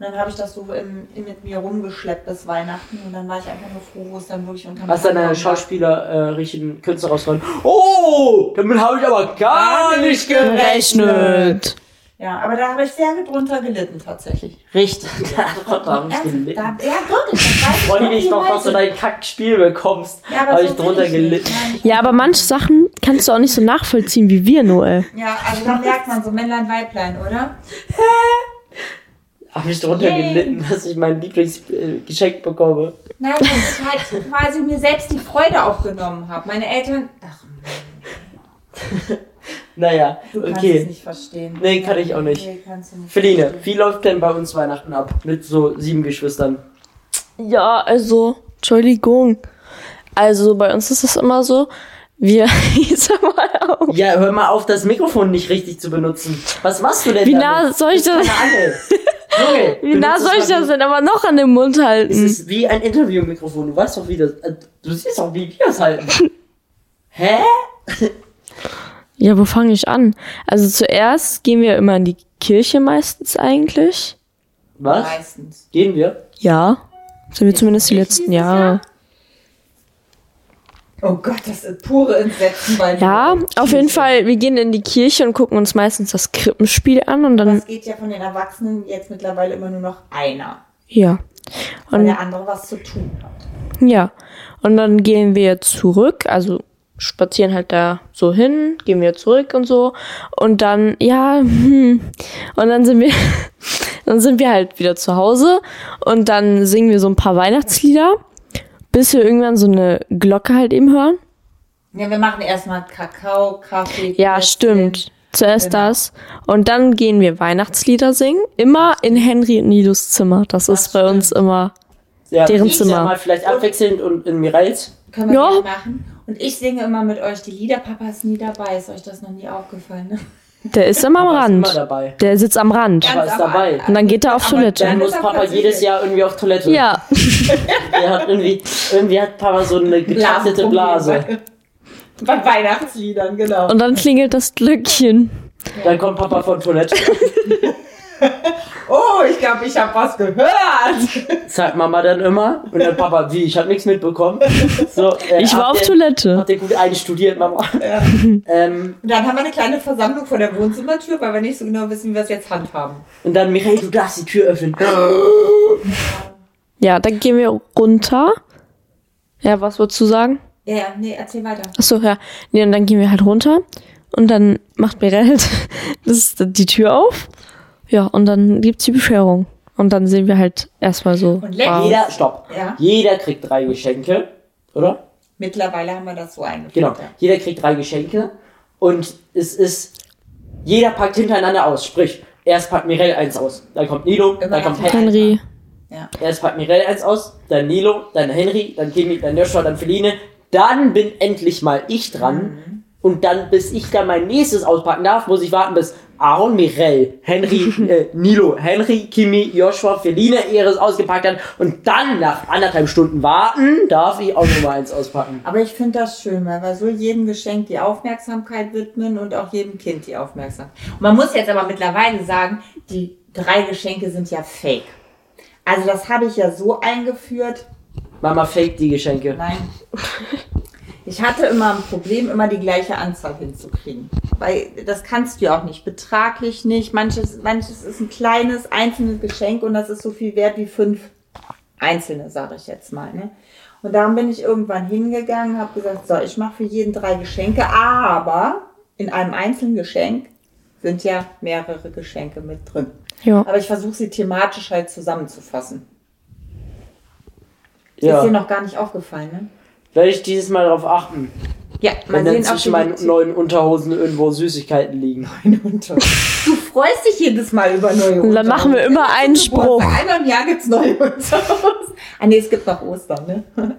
Und dann habe ich das so im, im, mit mir rumgeschleppt bis Weihnachten und dann war ich einfach nur froh, wo es dann wirklich unterm Hast dann Baum deine war. Schauspieler, äh, richtigen Künstler rausgehauen. Oh, damit habe ich aber gar nicht gerechnet. Rechnet. Ja, aber da habe ich sehr drunter gelitten tatsächlich. Richtig. Also, Darunter habe ich gelitten. Da, ja, wirklich. das weiß ich Freue noch mich doch, dass du niemals. dein Kackspiel bekommst. Ja, aber habe so ich bin drunter ich nicht. ne? gelitten. Nein, ich- Ja, aber manche Sachen kannst du auch nicht so nachvollziehen wie wir, Noel. Ja, also da merkt man so Männlein, Weiblein, oder? Habe ich drunter Yay. gelitten, dass ich mein Lieblingsgeschenk bekomme. Nein, dass ich halt quasi mir selbst die Freude aufgenommen habe. Meine Eltern, ach, Naja, du kannst es okay. nicht verstehen. Nee, kann ich auch nicht. Nee, kannst du nicht. Feline, wie läuft denn bei uns Weihnachten ab? Mit so sieben Geschwistern. Ja, also, Entschuldigung. Also, bei uns ist es immer so, wir, jetzt hör mal auf. Ja, hör mal auf, das Mikrofon nicht richtig zu benutzen. Was machst du denn Wie damit? nah soll ich das, Keine Angel. Junge, wie nah benutzt soll ich es mal das denn aber noch an den Mund halten? Es ist wie ein Interviewmikrofon. Du weißt doch, wie das. äh, Du siehst doch, wie wir das halten. Hä? Ja, wo fange ich an? Also zuerst gehen wir immer in die Kirche meistens eigentlich. Was? Meistens. Gehen wir? Ja. Sind wir zumindest die Ich letzten dieses Jahre. Jahr? Oh Gott, das ist pure Entsetzen bei mir. Ja, auf jeden Fall, wir gehen in die Kirche und gucken uns meistens das Krippenspiel an und dann, Das geht ja von den Erwachsenen jetzt mittlerweile immer nur noch einer, ja. weil Und der andere was zu tun hat. ja. Und dann gehen wir zurück, also spazieren halt da so hin, gehen wir zurück und so. Und dann, ja, hm. Und dann sind wir, dann sind wir halt wieder zu Hause und dann singen wir so ein paar Weihnachtslieder, bis wir irgendwann so eine Glocke halt eben hören. Ja, wir machen erstmal Kakao, Kaffee. Ja, Plätzchen. stimmt. Zuerst Genau. das. Und dann gehen wir Weihnachtslieder singen. Immer in Henry und Nidos Zimmer. Das, ist bei uns immer. Ja, Deren ich sag Zimmer. Mal vielleicht abwechselnd und in Mireils. Können wir Ja. gerne machen. Und ich singe immer mit euch die Lieder. Papa ist nie dabei. Ist euch das noch nie aufgefallen? Ne? Der ist immer am Aber ist Rand. immer dabei. Der sitzt am Rand. Aber ist am dabei. Anfang. Und dann geht er auf Aber Dann Toilette. muss ist er Papa plötzlich jedes weg. Jahr irgendwie auf Toilette. Ja, Er hat irgendwie, irgendwie hat Papa so eine getaktete Blase. Blasenproblem. Bei Weihnachtsliedern, genau. und dann klingelt das Glöckchen. Dann kommt Papa von Toilette. oh, ich glaube, ich habe was gehört. Sagt Mama dann immer. Und dann Papa, wie? Ich habe nichts mitbekommen. So, äh, Ich war habt auf ihr- Toilette. Habt ihr gut einstudiert, Mama? ähm, Und dann haben wir eine kleine Versammlung vor der Wohnzimmertür, weil wir nicht so genau wissen, wie wir es jetzt handhaben. und dann, Mireille, du darfst die Tür öffnen. Ja, dann gehen wir runter. Ja, was wolltest du sagen? Ja, ja, nee, erzähl weiter. Ach so, ja. Nee, und dann gehen wir halt runter. Und dann macht Mirel halt das, die Tür auf. Ja, und dann gibt's die Bescherung. Und dann sehen wir halt erstmal so. Und leck- wow. Jeder, stopp. Ja. Jeder kriegt drei Geschenke, oder? Mittlerweile haben wir das so eingeführt. Genau. ja. Jeder kriegt drei Geschenke und es ist. Jeder packt hintereinander aus. Sprich, erst packt Mirelle eins aus, dann kommt Nilo, dann kommt Henry. Henry. Erst packt Mirelle eins aus, dann Nilo, dann Henry, dann Kimi, dann Joshua, dann Feline. Dann bin endlich mal ich dran. Und dann, bis ich dann mein nächstes auspacken darf, muss ich warten, bis Aaron, Mirelle, Henry, äh, Nilo, Henry, Kimi, Joshua, Feline ihres ausgepackt hat. Und dann, nach anderthalb Stunden warten, darf ich auch nochmal eins auspacken. Aber ich finde das schön, weil wir so jedem Geschenk die Aufmerksamkeit widmen und auch jedem Kind die Aufmerksamkeit. Und man muss jetzt aber mittlerweile sagen, die drei Geschenke sind ja fake. Also das habe ich ja so eingeführt. Mama faked die Geschenke. Nein. Ich hatte immer ein Problem, immer die gleiche Anzahl hinzukriegen. Weil das kannst du ja auch nicht. Betraglich nicht. Manches, manches ist ein kleines, einzelnes Geschenk und das ist so viel wert wie fünf einzelne, sage ich jetzt mal. Ne? Und darum bin ich irgendwann hingegangen, habe gesagt, so, ich mache für jeden drei Geschenke, aber in einem einzelnen Geschenk sind ja mehrere Geschenke mit drin. Ja. Aber ich versuche sie thematisch halt zusammenzufassen. Ja, Ist dir noch gar nicht aufgefallen, ne? werde ich dieses Mal darauf achten. Ja, Wenn mal dann sehen, ob zwischen die meinen die- neuen Unterhosen irgendwo Süßigkeiten liegen. Unter- Du freust dich jedes Mal über neue Und dann machen wir immer einen Spruch. Einmal im Jahr gibt's neue Unterhosen. Ah nee, es gibt noch Ostern, ne?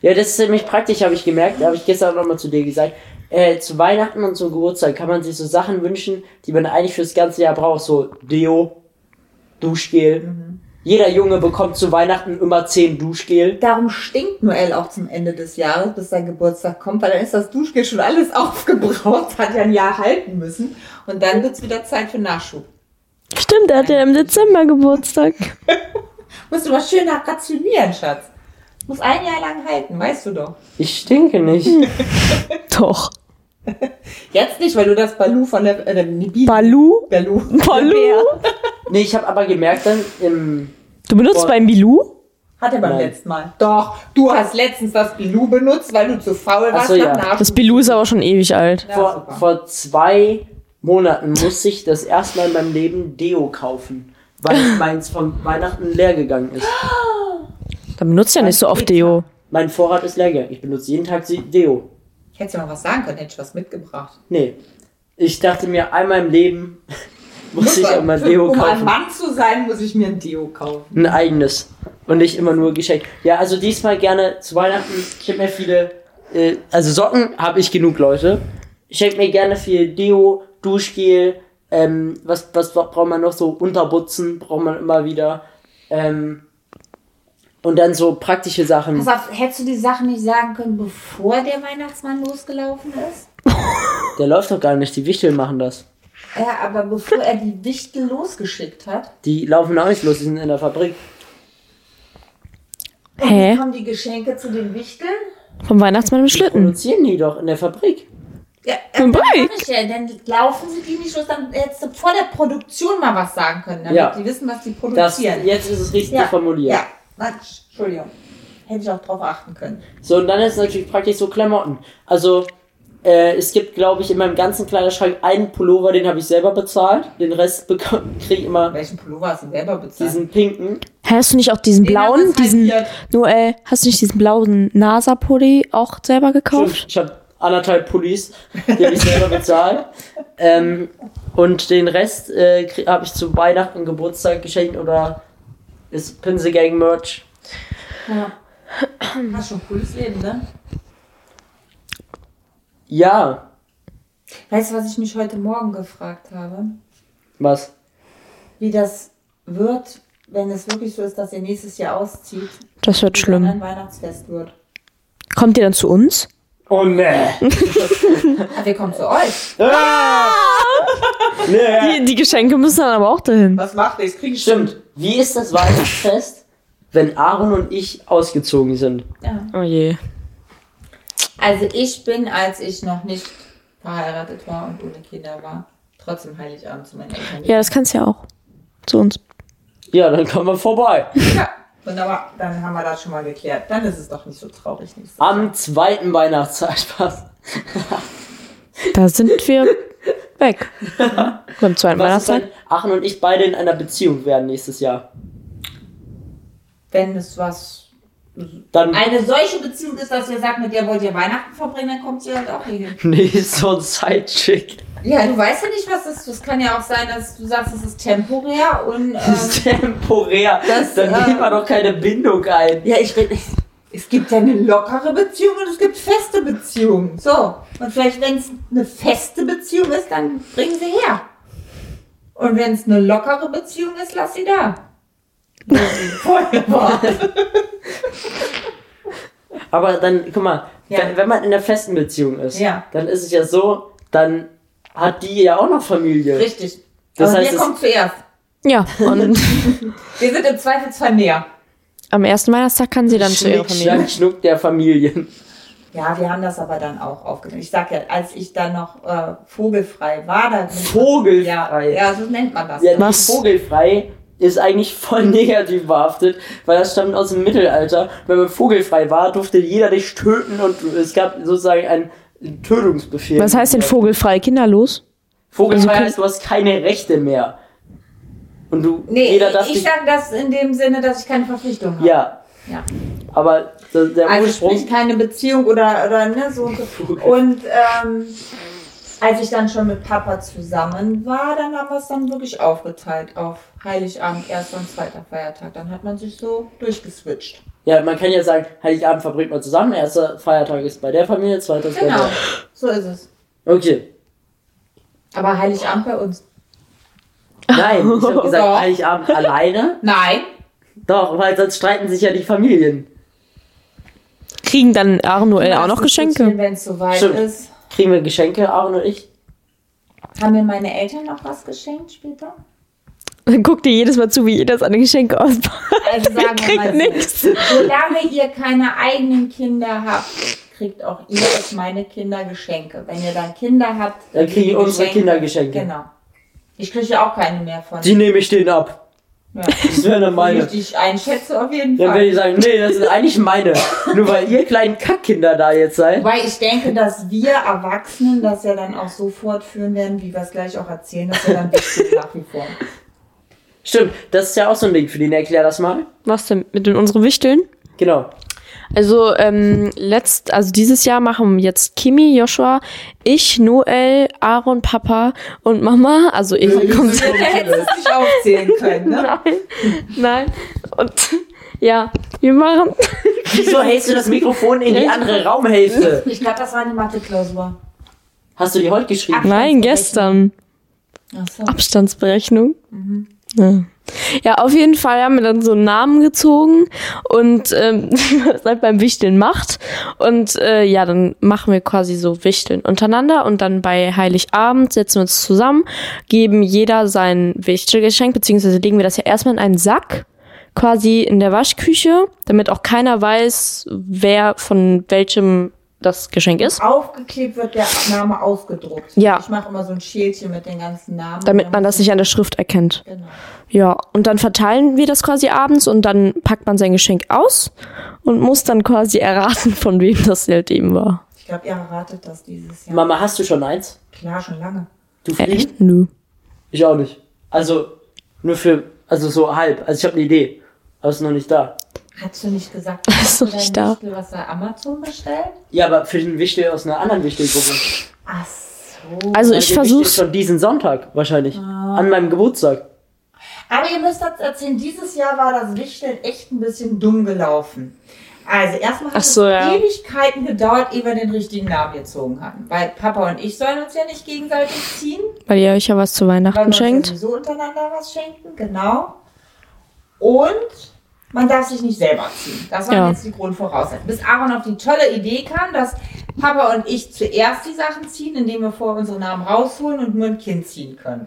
Ja, das ist ziemlich praktisch, habe ich gemerkt. Habe ich gestern nochmal zu dir gesagt. Äh, zu Weihnachten und zum Geburtstag kann man sich so Sachen wünschen, die man eigentlich fürs ganze Jahr braucht. So Deo, Duschgel. Mhm. Jeder Junge bekommt zu Weihnachten immer 10 Duschgel. Darum stinkt Noel auch zum Ende des Jahres, bis sein Geburtstag kommt, weil dann ist das Duschgel schon alles aufgebraucht, hat ja ein Jahr halten müssen. Und dann wird's wieder Zeit für Nachschub. Stimmt, er hat ja im Dezember Geburtstag. Musst du mal schön rationieren, Schatz. Muss ein Jahr lang halten, weißt du doch. Ich stinke nicht. Doch. Jetzt nicht, weil du das Balu von der... Äh, der Biene- Balu? Balu. Balu? nee, ich habe aber gemerkt dann im... Du benutzt Boah. bei Milou? Hat er beim Nein. letzten Mal. Doch, du hast letztens das Bilou benutzt, weil du zu faul Ach warst so, ja. nach Nachschub. Das Bilou ist aber schon ewig alt. Ja, vor, super. vor zwei Monaten musste ich das erste Mal in meinem Leben Deo kaufen, weil meins von Weihnachten leer gegangen ist. Dann benutzt ja nicht so oft Deo. Mein Vorrat ist leer gegangen. Ich benutze jeden Tag Se- Deo. Ich hätte dir noch was sagen können, hätte ich was mitgebracht. Nee. Ich dachte mir, einmal im Leben muss ich auch mal Deo um ein kaufen. Mann zu sein, muss ich mir ein Deo kaufen. Ein eigenes. Und nicht immer nur Geschenk. Ja, also diesmal gerne zu Weihnachten. Ich habe mir viele. Äh, also Socken habe ich genug, Leute. Ich schenke mir gerne viel Deo, Duschgel. Ähm, was, was braucht man noch so? Unterputzen braucht man immer wieder. Ähm, und dann so praktische Sachen. Pass auf, hättest du die Sachen nicht sagen können, bevor der Weihnachtsmann losgelaufen ist? Der läuft doch gar nicht. Die Wichteln machen das. Ja, aber bevor er die Wichtel losgeschickt hat. Die laufen auch nicht los. Die sind in der Fabrik. Und Hä? wie kommen die Geschenke zu den Wichteln? Vom Weihnachtsmann im Schlitten. Produzieren die doch in der Fabrik. Ja, Ein das Break. sag ich ja. Dann laufen sie die nicht los, dann hättest du vor der Produktion mal was sagen können, damit Ja. die wissen, was die Das, produzieren. jetzt ist es richtig Ja. formuliert. Ja, Quatsch. Entschuldigung. Hätte ich auch drauf achten können. So, und dann ist natürlich praktisch so Klamotten. Also, äh, es gibt, glaube ich, in meinem ganzen Kleiderschrank einen Pullover, den habe ich selber bezahlt. Den Rest kriege ich immer Welchen Pullover hast du selber bezahlt? diesen pinken. Hä, Hast du nicht auch diesen Den haben blauen, sie diesen, halbiert. Noel, hast du nicht diesen blauen NASA-Pulli auch selber gekauft? Ich habe anderthalb Pullis, die habe ich selber bezahlt. ähm, und den Rest äh, habe ich zu Weihnachten, Geburtstag geschenkt oder ist Pinsel Gang Merch. Hast schon ein cooles Leben, ne? Ja, Weißt du, was ich mich heute Morgen gefragt habe? was? Wie das wird, wenn es wirklich so ist, dass ihr nächstes Jahr auszieht. Das wird wie dann schlimm. Ein Weihnachtsfest wird. Kommt ihr dann zu uns? Oh ne! Ah, wir kommen zu euch. Die, die Geschenke müssen dann aber auch dahin. Was macht ihr? Jetzt krieg ich Stimmt. Wie ist das Weihnachtsfest, wenn Aaron und ich ausgezogen sind? Ja. Oh je. Also ich bin, als ich noch nicht verheiratet war und ohne Kinder war, trotzdem Heiligabend zu meinen Eltern. Ja, das kannst du ja auch. Zu uns. Ja, dann kommen wir vorbei. Ja, Wunderbar, dann haben wir das schon mal geklärt. Dann ist es doch nicht so traurig. Nicht so. Am zweiten Weihnachtstag Spaß. Da sind wir weg. Beim zweiten Was ist, Weihnachtstag. wenn Aaron und ich beide in einer Beziehung werden nächstes Jahr? Wenn es was. Dann. Eine solche Beziehung ist, dass ihr sagt, mit der wollt ihr Weihnachten verbringen, dann kommt ihr halt auch hier hin. Nee, ist so ein Sidechick. Ja, du weißt ja nicht, was das ist. Es kann ja auch sein, dass du sagst, es ist temporär und. Das Ähm, ist temporär. Das, dann äh, nimmt man doch keine Bindung ein. ja, ich rede. Es gibt ja eine lockere Beziehung und es gibt feste Beziehungen. So. Und vielleicht, wenn es eine feste Beziehung ist, dann bringen sie her. Und wenn es eine lockere Beziehung ist, lass sie da. Wo sie vorher war. Aber dann, guck mal, Ja. wenn, wenn man in einer festen Beziehung ist, Ja. dann ist es ja so, dann hat die ja auch noch Familie. Richtig. Das Aber heißt, wir es- kommen zuerst. Ja, und Wir sind im Zweifelsfall näher. am ersten Weihnachtstag kann sie dann zu ihrer Schnick, Familie. schnack, schnuck der Familien. Ja, wir haben das aber dann auch aufgenommen. Ich sag ja, als ich dann noch äh, vogelfrei war, da ja, Vogelfrei. ja, so nennt man das. Ja, Was? nicht vogelfrei ist eigentlich voll negativ behaftet, weil das stammt aus dem Mittelalter. Wenn man vogelfrei war, durfte jeder dich töten und es gab sozusagen einen Tötungsbefehl. Was heißt denn vogelfrei? Kinderlos? Vogelfrei Also- heißt, du hast keine Rechte mehr. Und du, Nee, jeder darf ich dich... sage das in dem Sinne, dass ich keine Verpflichtung habe. Ja, Ja. aber der, der Also sprich Ursprung... keine Beziehung oder, oder ne, so. und so. Und ähm, als ich dann schon mit Papa zusammen war, dann haben wir es dann wirklich aufgeteilt auf Heiligabend, erster und zweiter Feiertag. Dann hat man sich so durchgeswitcht. Ja, man kann ja sagen, Heiligabend verbringt man zusammen. Erster Feiertag ist bei der Familie, zweiter ist bei Genau, der. so ist es. Okay. Aber Heiligabend bei uns. Nein, ich habe gesagt, Doch. Heiligabend alleine. Nein, Doch, weil sonst streiten sich ja die Familien. Kriegen dann Aaron Noel auch noch Geschenke? Wenn es soweit Stimmt. ist. Kriegen wir Geschenke, Aaron und ich? Haben mir meine Eltern noch was geschenkt später? Dann guckt ihr jedes Mal zu, wie ihr das an den Geschenke auspackt. Also Ihr sagen wir mal kriegt so. nichts. Solange ihr keine eigenen Kinder habt, kriegt auch ihr als meine Kinder Geschenke. Wenn ihr dann Kinder habt, Dann kriegen kriegt ihr unsere Kinder Geschenke. Genau. Ich kriege ja auch keine mehr von. Die nehme ich denen ab. ja. Das wäre dann Die meine. ich- die ich einschätze auf jeden Dann werde Fall. ich sagen, nee, das sind eigentlich meine. Nur weil ihr kleinen Kackkinder da jetzt seid. Wobei ich denke, dass wir Erwachsenen das ja dann auch so fortführen werden, wie wir es gleich auch erzählen, dass wir dann wichtig nach wie vor. Stimmt, das ist ja auch so ein Ding für den. Erklär das mal. Was denn mit den, unseren Wichteln? Genau. Also ähm, letzt, also dieses Jahr machen jetzt Kimi, Joshua, ich, Noel, Aaron, Papa und Mama. Also Eva kommt. Da hättest du es nicht aufzählen können, ne? Nein, nein. Und ja, wir machen. Wieso hältst du das Mikrofon in die andere Raumhälfte? Ich glaube, das war die Mathe-Klausur. Hast du die heute geschrieben? Nein, gestern. Achso. Abstandsberechnung. Ja. Ja, auf jeden Fall haben wir dann so einen Namen gezogen und ähm, was halt beim Wichteln macht. Und äh, ja, dann machen wir quasi so Wichteln untereinander und dann bei Heiligabend setzen wir uns zusammen, geben jeder sein Wichtelgeschenk, beziehungsweise legen wir das ja erstmal in einen Sack, quasi in der Waschküche, damit auch keiner weiß, wer von welchem das Geschenk Ah, ist. Aufgeklebt wird der Name ausgedruckt. Ja. Ich mache immer so ein Schälchen mit den ganzen Namen. Damit man das nicht an der Schrift erkennt. Genau. Ja, und dann verteilen wir das quasi abends und dann packt man sein Geschenk aus und muss dann quasi erraten, von wem das Geld eben war. Ich glaube, ihr erratet das dieses Jahr. Mama, hast du schon eins? Klar, schon lange. Du Äh, fliegen? echt? Nö. Ich auch nicht. Also, nur für, also so halb. Also ich habe eine Idee. Aber es ist noch nicht da. Hast du nicht gesagt, Ist hast du noch nicht deinen da. Wichtel was bei Amazon bestellt? Ja, aber für den Wichtel aus einer anderen Wichtelgruppe. Ach so. Also Weil ich der Wichtel ist versuch's. Schon diesen Sonntag wahrscheinlich. An meinem Geburtstag. Aber ihr müsst jetzt erzählen, dieses Jahr war das Wichteln echt ein bisschen dumm gelaufen. Also erstmal Ach hat so, es ja. Ewigkeiten gedauert, ehe wir den richtigen Namen gezogen hatten. Weil Papa und ich sollen uns ja nicht gegenseitig ziehen. Weil ihr euch ja was zu Weil Weihnachten wir uns schenkt. ja sowieso untereinander was schenken, genau. Und man darf sich nicht selber ziehen. Das waren Ja. jetzt die Grundvoraussetzungen. Bis Aaron auf die tolle Idee kam, dass Papa und ich zuerst die Sachen ziehen, indem wir vor unsere Namen rausholen und nur ein Kind ziehen können.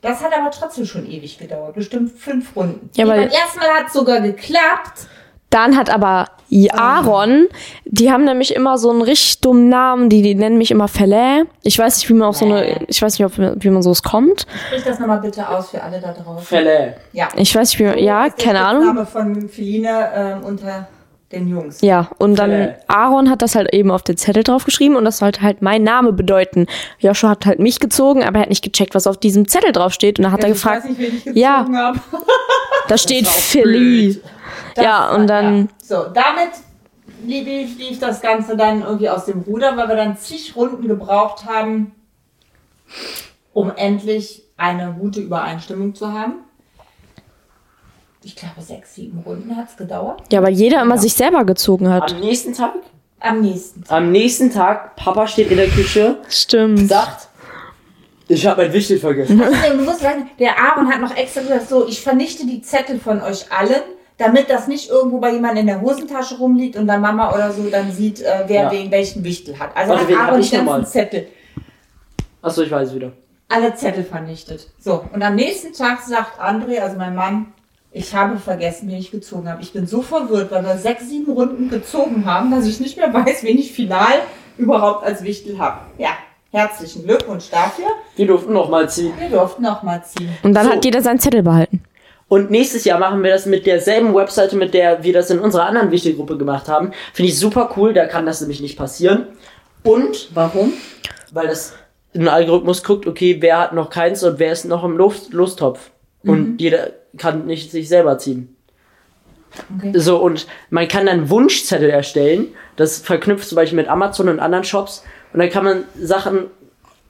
Das hat aber trotzdem schon ewig gedauert, bestimmt fünf Runden. Ja, weil- beim ersten Mal hat es sogar geklappt. Dann hat aber Aaron, die haben nämlich immer so einen richtig dummen Namen, die, die nennen mich immer Fellä. Ich weiß nicht, wie man auf so eine, ich weiß nicht, ob, wie man sowas kommt. Sprich das nochmal bitte aus für alle da draußen. Fälle. Ja. Ich weiß nicht, wie man, ja, Das ist keine der Ahnung. Name von Feline ähm, unter den Jungs. Ja, und dann Fellä. Aaron hat das halt eben auf den Zettel draufgeschrieben und das sollte halt mein Name bedeuten. Joshua hat halt mich gezogen, aber er hat nicht gecheckt, was auf diesem Zettel draufsteht. Und dann hat er gefragt, Ich weiß nicht, wen ich gezogen Ja. habe. da steht Philly. Ja, und dann, So, damit lief, lief das Ganze dann irgendwie aus dem Ruder, weil wir dann zig Runden gebraucht haben, um endlich eine gute Übereinstimmung zu haben. Ich glaube, sechs, sieben Runden hat es gedauert. ja, weil jeder immer sich selber gezogen hat. Am nächsten Tag? Am nächsten. Am nächsten Tag, Papa steht in der Küche, Stimmt. sagt, ich habe mein Wichtel vergessen. Außerdem, du musst sagen, der Aaron hat noch extra gesagt, so, ich vernichte die Zettel von euch allen, damit das nicht irgendwo bei jemandem in der Hosentasche rumliegt und dann Mama oder so dann sieht, äh, wer Ja. wen welchen Wichtel hat. Also Warte, hat wen hab Aaron ich die ganzen nochmal? Zettel. Achso, ich weiß wieder. alle Zettel vernichtet. So, und am nächsten Tag sagt André, also mein Mann, ich habe vergessen, wen ich gezogen habe. Ich bin so verwirrt, weil wir sechs, sieben Runden gezogen haben, dass ich nicht mehr weiß, wen ich final überhaupt als Wichtel habe. Ja, herzlichen Glückwunsch dafür. Wir durften nochmal ziehen. Wir durften nochmal ziehen. Und dann So. hat jeder seinen Zettel behalten. Und nächstes Jahr machen wir das mit derselben Webseite, mit der wir das in unserer anderen Wichtelgruppe gemacht haben. Finde ich super cool, da kann das nämlich nicht passieren. Und warum? Weil das ein Algorithmus guckt, okay, wer hat noch keins und wer ist noch im Luft Lostopf. Und jeder kann nicht sich selber ziehen. Okay. So, und man kann dann Wunschzettel erstellen. Das verknüpft zum Beispiel mit Amazon und anderen Shops. Und dann kann man Sachen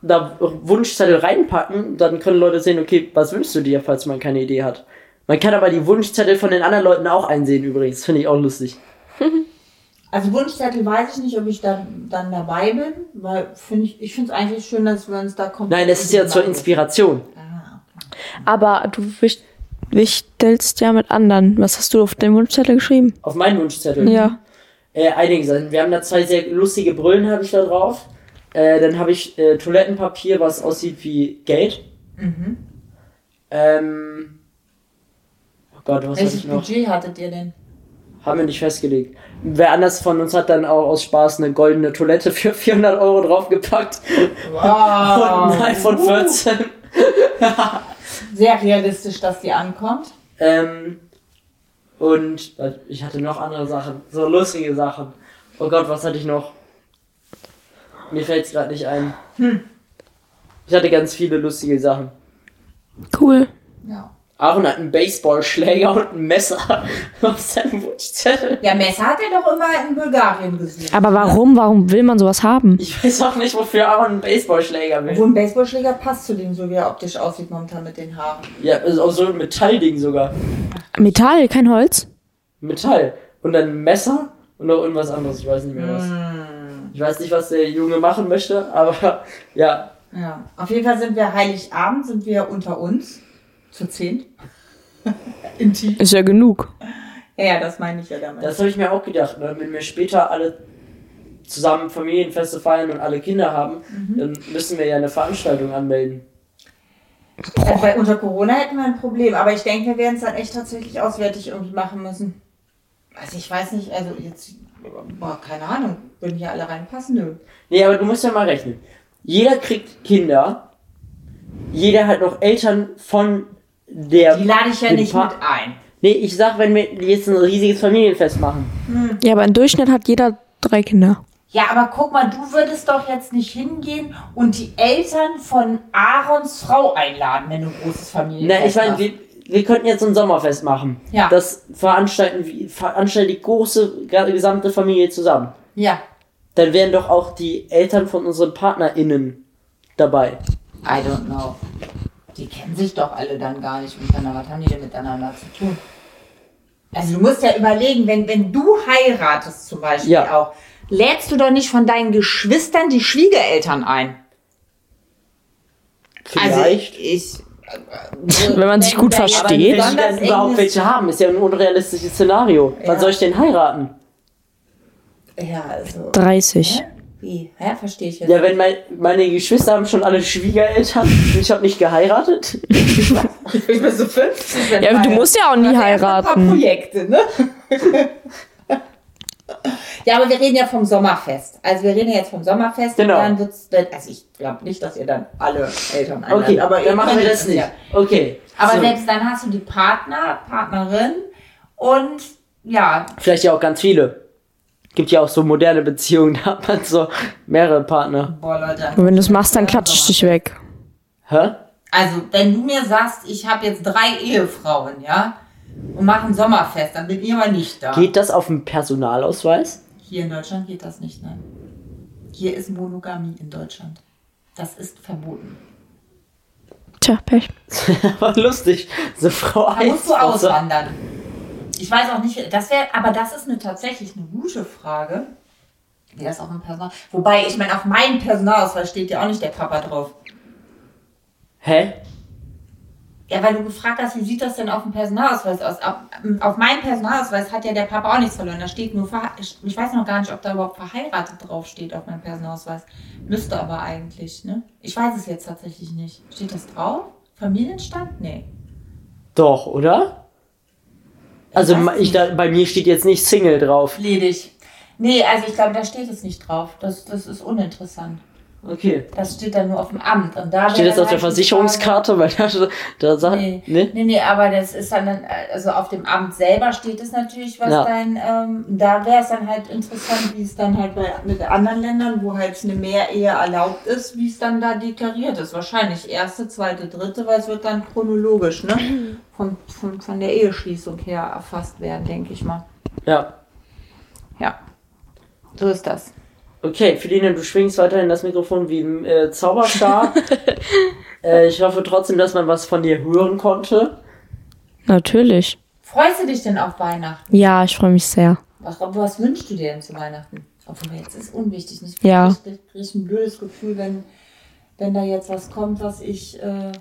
da Wunschzettel reinpacken, dann können Leute sehen, okay, was wünschst du dir, falls man keine Idee hat. Man kann aber die Wunschzettel von den anderen Leuten auch einsehen übrigens. Finde ich auch lustig. Also Wunschzettel weiß ich nicht, ob ich dann, dann dabei bin, weil finde ich, ich finde es eigentlich schön, dass wir uns da komplett... Nein, das ist ja zur Inspiration. Ah, okay. Aber du wicht- wichtelst ja mit anderen. Was hast du auf den Wunschzettel geschrieben? Mhm. Auf meinen Wunschzettel. Ja. Äh, einige Sachen. Wir haben da zwei sehr lustige Brillen, habe ich da drauf. Äh, dann habe ich äh, Toilettenpapier, was aussieht wie Geld. Ähm. Oh Gott, was habe Welches ich noch? Budget hattet ihr denn? Haben wir nicht festgelegt. Wer anders von uns hat dann auch aus Spaß eine goldene Toilette für 400 Euro draufgepackt. Wow. Und ein iPhone 14. Sehr realistisch, dass die ankommt. Ähm, und äh, ich hatte noch andere Sachen. So lustige Sachen. Oh Gott, was hatte ich noch? Mir fällt es gerade nicht ein. Hm. Ich hatte ganz viele lustige Sachen. Cool. Ja. Aaron hat einen Baseballschläger und ein Messer auf seinem Wunschzettel. Ja, Messer hat er doch immer in Bulgarien gesucht. Aber warum? Warum will man sowas haben? Ich weiß auch nicht, wofür Aaron einen Baseballschläger will. Obwohl ein Baseballschläger passt zu dem, so wie er optisch aussieht momentan mit den Haaren. Ja, ist auch so ein Metallding sogar. Metall, kein Holz? Metall. Und dann ein Messer und noch irgendwas anderes. Ich weiß nicht mehr was. Ich weiß nicht, was der Junge machen möchte, aber ja, Ja. Auf jeden Fall sind wir Heiligabend, sind wir unter uns. Zu zehn. Intim. Ist ja genug. Ja, ja, das meine ich ja damit. Das habe ich mir auch gedacht. Ne? Wenn wir später alle zusammen Mhm. Familienfeste feiern und alle Kinder haben, dann müssen wir ja eine Veranstaltung anmelden. Also, weil unter Corona hätten wir ein Problem, aber ich denke, wir werden es dann echt tatsächlich auswärtig irgendwie machen müssen. Also ich weiß nicht, also jetzt, boah, keine Ahnung, würden hier alle reinpassen? Nö. Nee, aber du musst ja mal rechnen. Jeder kriegt Kinder. Jeder hat noch Eltern von der. Die lade ich ja dem nicht Pa- mit ein. Nee, ich sag, wenn wir jetzt ein riesiges Familienfest machen. Ja, aber im Durchschnitt hat jeder drei Kinder. Ja, aber guck mal, du würdest doch jetzt nicht hingehen und die Eltern von Aarons Frau einladen, wenn du ein großes Na, ich Familienfest meine, machst. wir, wir könnten jetzt ein Sommerfest machen. Ja. Das veranstalten wir- veranstaltet die große ga- gesamte Familie zusammen. Ja, Dann wären doch auch die Eltern von unseren PartnerInnen dabei. I don't know. Die kennen sich doch alle dann gar nicht miteinander. Was haben die denn miteinander zu tun? Also du musst ja überlegen, wenn, wenn du heiratest zum Beispiel Ja. auch, lädst du doch nicht von deinen Geschwistern die Schwiegereltern ein. Vielleicht. Also ich, Wenn man sich gut da jetzt aber versteht. wenn steht. die besonders dann überhaupt enges- welche haben, ist ja ein unrealistisches Szenario. Ja. Wann soll ich denn heiraten? Ja, also. 30. Wie? Hä? Verstehe ich jetzt. Ja, wenn mein, meine Geschwister haben schon alle Schwiegereltern und ich habe nicht geheiratet. ich bin so 50. wenn Ja, du meine- musst ja auch Das nie erste Paar heiraten. Projekte, ne? ja, aber wir reden ja vom Sommerfest. Also wir reden ja jetzt vom Sommerfest Genau. und dann wird's dann, also ich glaube nicht, dass ihr dann alle Eltern einladet, Okay, aber ihr dann machen wir könnt das es nicht. ja. Okay. Aber so. selbst dann hast du die Partner, Partnerin und ja, Vielleicht ja auch ganz viele. Gibt ja auch so moderne Beziehungen, da hat man so mehrere Partner. boah Leute. Und wenn du es machst, dann klatsch ich dich weg. Hä? Also wenn du mir sagst, ich habe jetzt drei Ehefrauen, ja, und mache ein Sommerfest, dann bin ich aber nicht da. Geht das auf den Personalausweis? Hier in Deutschland geht das nicht, nein. Hier ist Monogamie in Deutschland. Das ist verboten. Tja, Pech. War lustig. So Frau Da musst du also- Eiswasser. auswandern. Ich weiß auch nicht, das wäre, aber das ist eine tatsächlich eine gute Frage. Wie das auch im Personal. Wobei, ich meine, auf meinem Personalausweis steht ja auch nicht der Papa drauf. Hä? Ja, weil du gefragt hast, wie sieht das denn auf dem Personalausweis aus? Auf, auf meinem Personalausweis hat ja der Papa auch nichts verloren. Da steht nur, verhe- ich ich weiß noch gar nicht, ob da überhaupt verheiratet drauf steht auf meinem Personalausweis. Müsste aber eigentlich, ne? Ich weiß es jetzt tatsächlich nicht. Steht das drauf? Familienstand? Nee. Doch, oder? Also Ich weiß ma- ich, nicht. da, bei mir steht jetzt nicht Single drauf. Ledig. Nee, also ich glaube, da steht es nicht drauf. Das, das ist uninteressant. Okay. Das steht dann nur auf dem Amt. Und da Steht wäre das auf der dann halt die Versicherungskarte? Weil da, da sagt. Frage- Nee. nee, Ne? nee, aber das ist dann, dann, also auf dem Amt selber steht es natürlich, was Ja. dein, ähm, da wäre es dann halt interessant, wie es dann halt bei mit anderen Ländern, wo halt eine Mehrehe erlaubt ist, wie es dann da deklariert ist. Wahrscheinlich erste, zweite, dritte, weil es wird dann chronologisch, ne? Von, von, von der Eheschließung her erfasst werden, denke ich mal. Ja. Ja. So ist das. Okay, Feline, du schwingst weiterhin das Mikrofon wie ein äh, Zauberstar. äh, ich hoffe trotzdem, dass man was von dir hören konnte. Natürlich. Freust du dich denn auf Weihnachten? Ja, ich freue mich sehr. Was, was wünschst du dir denn zu Weihnachten? Obwohl, jetzt ist unwichtig. Nicht? Ja. Ich krieg- krieg ein blödes Gefühl, wenn, wenn da jetzt was kommt, was ich. Äh,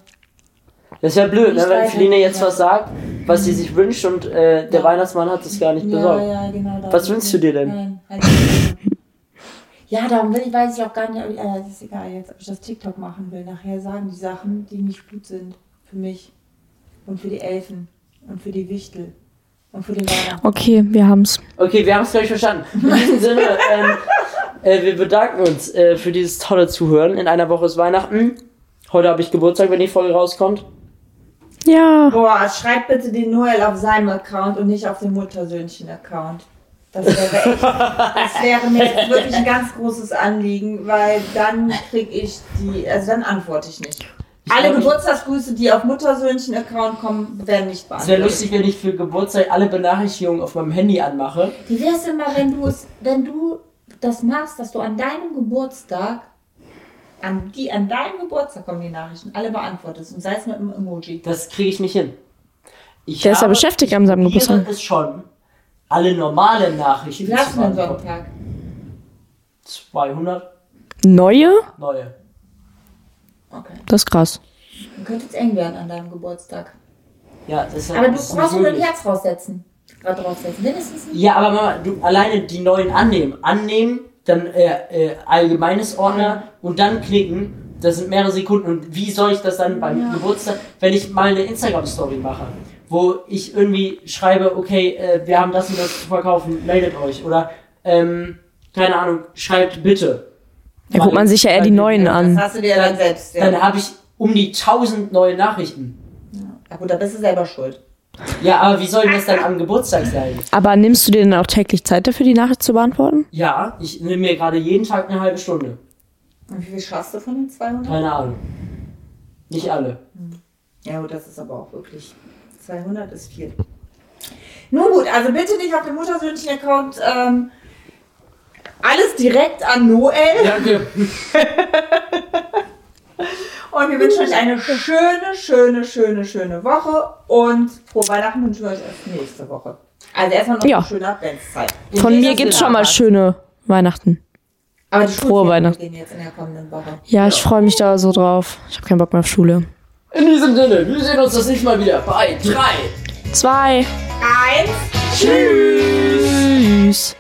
Das wäre blöd, Ich ne, wenn weiß Feline nicht, jetzt ja. was sagt, was sie sich wünscht und äh, der Ja. Weihnachtsmann hat es gar nicht besorgt. Ja, ja, genau. darum Was wünschst du dir denn? Nein, halt die- ja, darum will ich, weiß ich auch gar nicht. ob ich- Äh, das ist egal jetzt, ob ich das TikTok machen will. Nachher sagen die Sachen, die nicht gut sind. Für mich. Und für die Elfen. Und für die Wichtel. Und für den Weihnachten. Okay, wir haben's. Okay, wir haben es gleich verstanden. In diesem Sinne, ähm, äh, wir bedanken uns äh, für dieses tolle Zuhören. In einer Woche ist Weihnachten. Heute habe ich Geburtstag, wenn die Folge rauskommt. Ja. Boah, schreib bitte den Noel auf seinem Account und nicht auf den Muttersöhnchen-Account. Das wäre, echt, das wäre mir jetzt wirklich ein ganz großes Anliegen, weil dann krieg ich die, also dann antworte ich nicht. Alle glaub, ich- Geburtstagsgrüße, die auf Muttersöhnchen-Account kommen, werden nicht Es wäre beantwortet. lustig, wenn ich für Geburtstag alle Benachrichtigungen auf meinem Handy anmache. Wie wär's denn mal, wenn du es, wenn du das machst, dass du an deinem Geburtstag, an die, an deinem Geburtstag kommen die Nachrichten, alle beantwortest und sei es mit einem Emoji. Das kriege ich nicht hin. Ich Der ist ja habe- beschäftigt am seinem ich probiere Geburtstag. es schon, alle normalen Nachrichten Wie viel hast zu du denn beantworten. Sonntag? 200 Neue? neue. Okay. Das ist krass. Dann könnte es eng werden an deinem Geburtstag. Ja, das ist ja- Aber du das ist brauchst nicht nur ein möglich. Herz raussetzen. Grad draufsetzen. Mindestens ein Ja, aber Mama, du alleine die neuen annehmen. Annehmen, dann äh, äh, allgemeines Ordner und dann klicken. das sind mehrere Sekunden. Und wie soll ich das dann beim Geburtstag, wenn ich mal eine Instagram-Story mache, wo ich irgendwie schreibe, okay, äh, wir haben das und das zu verkaufen, meldet euch. Oder, ähm, keine Ahnung, schreibt bitte. Da guckt man sich ja eher die Neuen an. hast du dir dann selbst. Ja. Dann habe ich um die 1000 neue Nachrichten. Na gut, da bist du selber schuld. Ja, aber wie soll das dann am Geburtstag sein? Aber nimmst du dir dann auch täglich Zeit dafür, die Nachricht zu beantworten? Ja, ich nehme mir gerade jeden Tag eine halbe Stunde. Und wie viel schaffst du von den 200? Keine Ahnung. Nicht alle. Ja gut, das ist aber auch wirklich. 200 ist viel. Nun gut, also bitte nicht auf dem Muttersöhnchen-Account ähm, alles direkt an Noel. Danke. Und wir wünschen euch eine schöne, schöne, schöne, schöne Woche. Und frohe Weihnachten wünschen wir euch erst nächste Woche. Also erstmal noch Ja. eine schöne Adventszeit. Von Nee, mir das gibt's will schon mal aber. schöne Weihnachten. Aber die Schulferien Weihnachten. gehen jetzt in der kommenden Woche. Ja, ich freue mich da so drauf. Ich habe keinen Bock mehr auf Schule. In diesem Sinne, wir sehen uns das nächste Mal wieder bei 3. Zwei. Eins. Tschüss.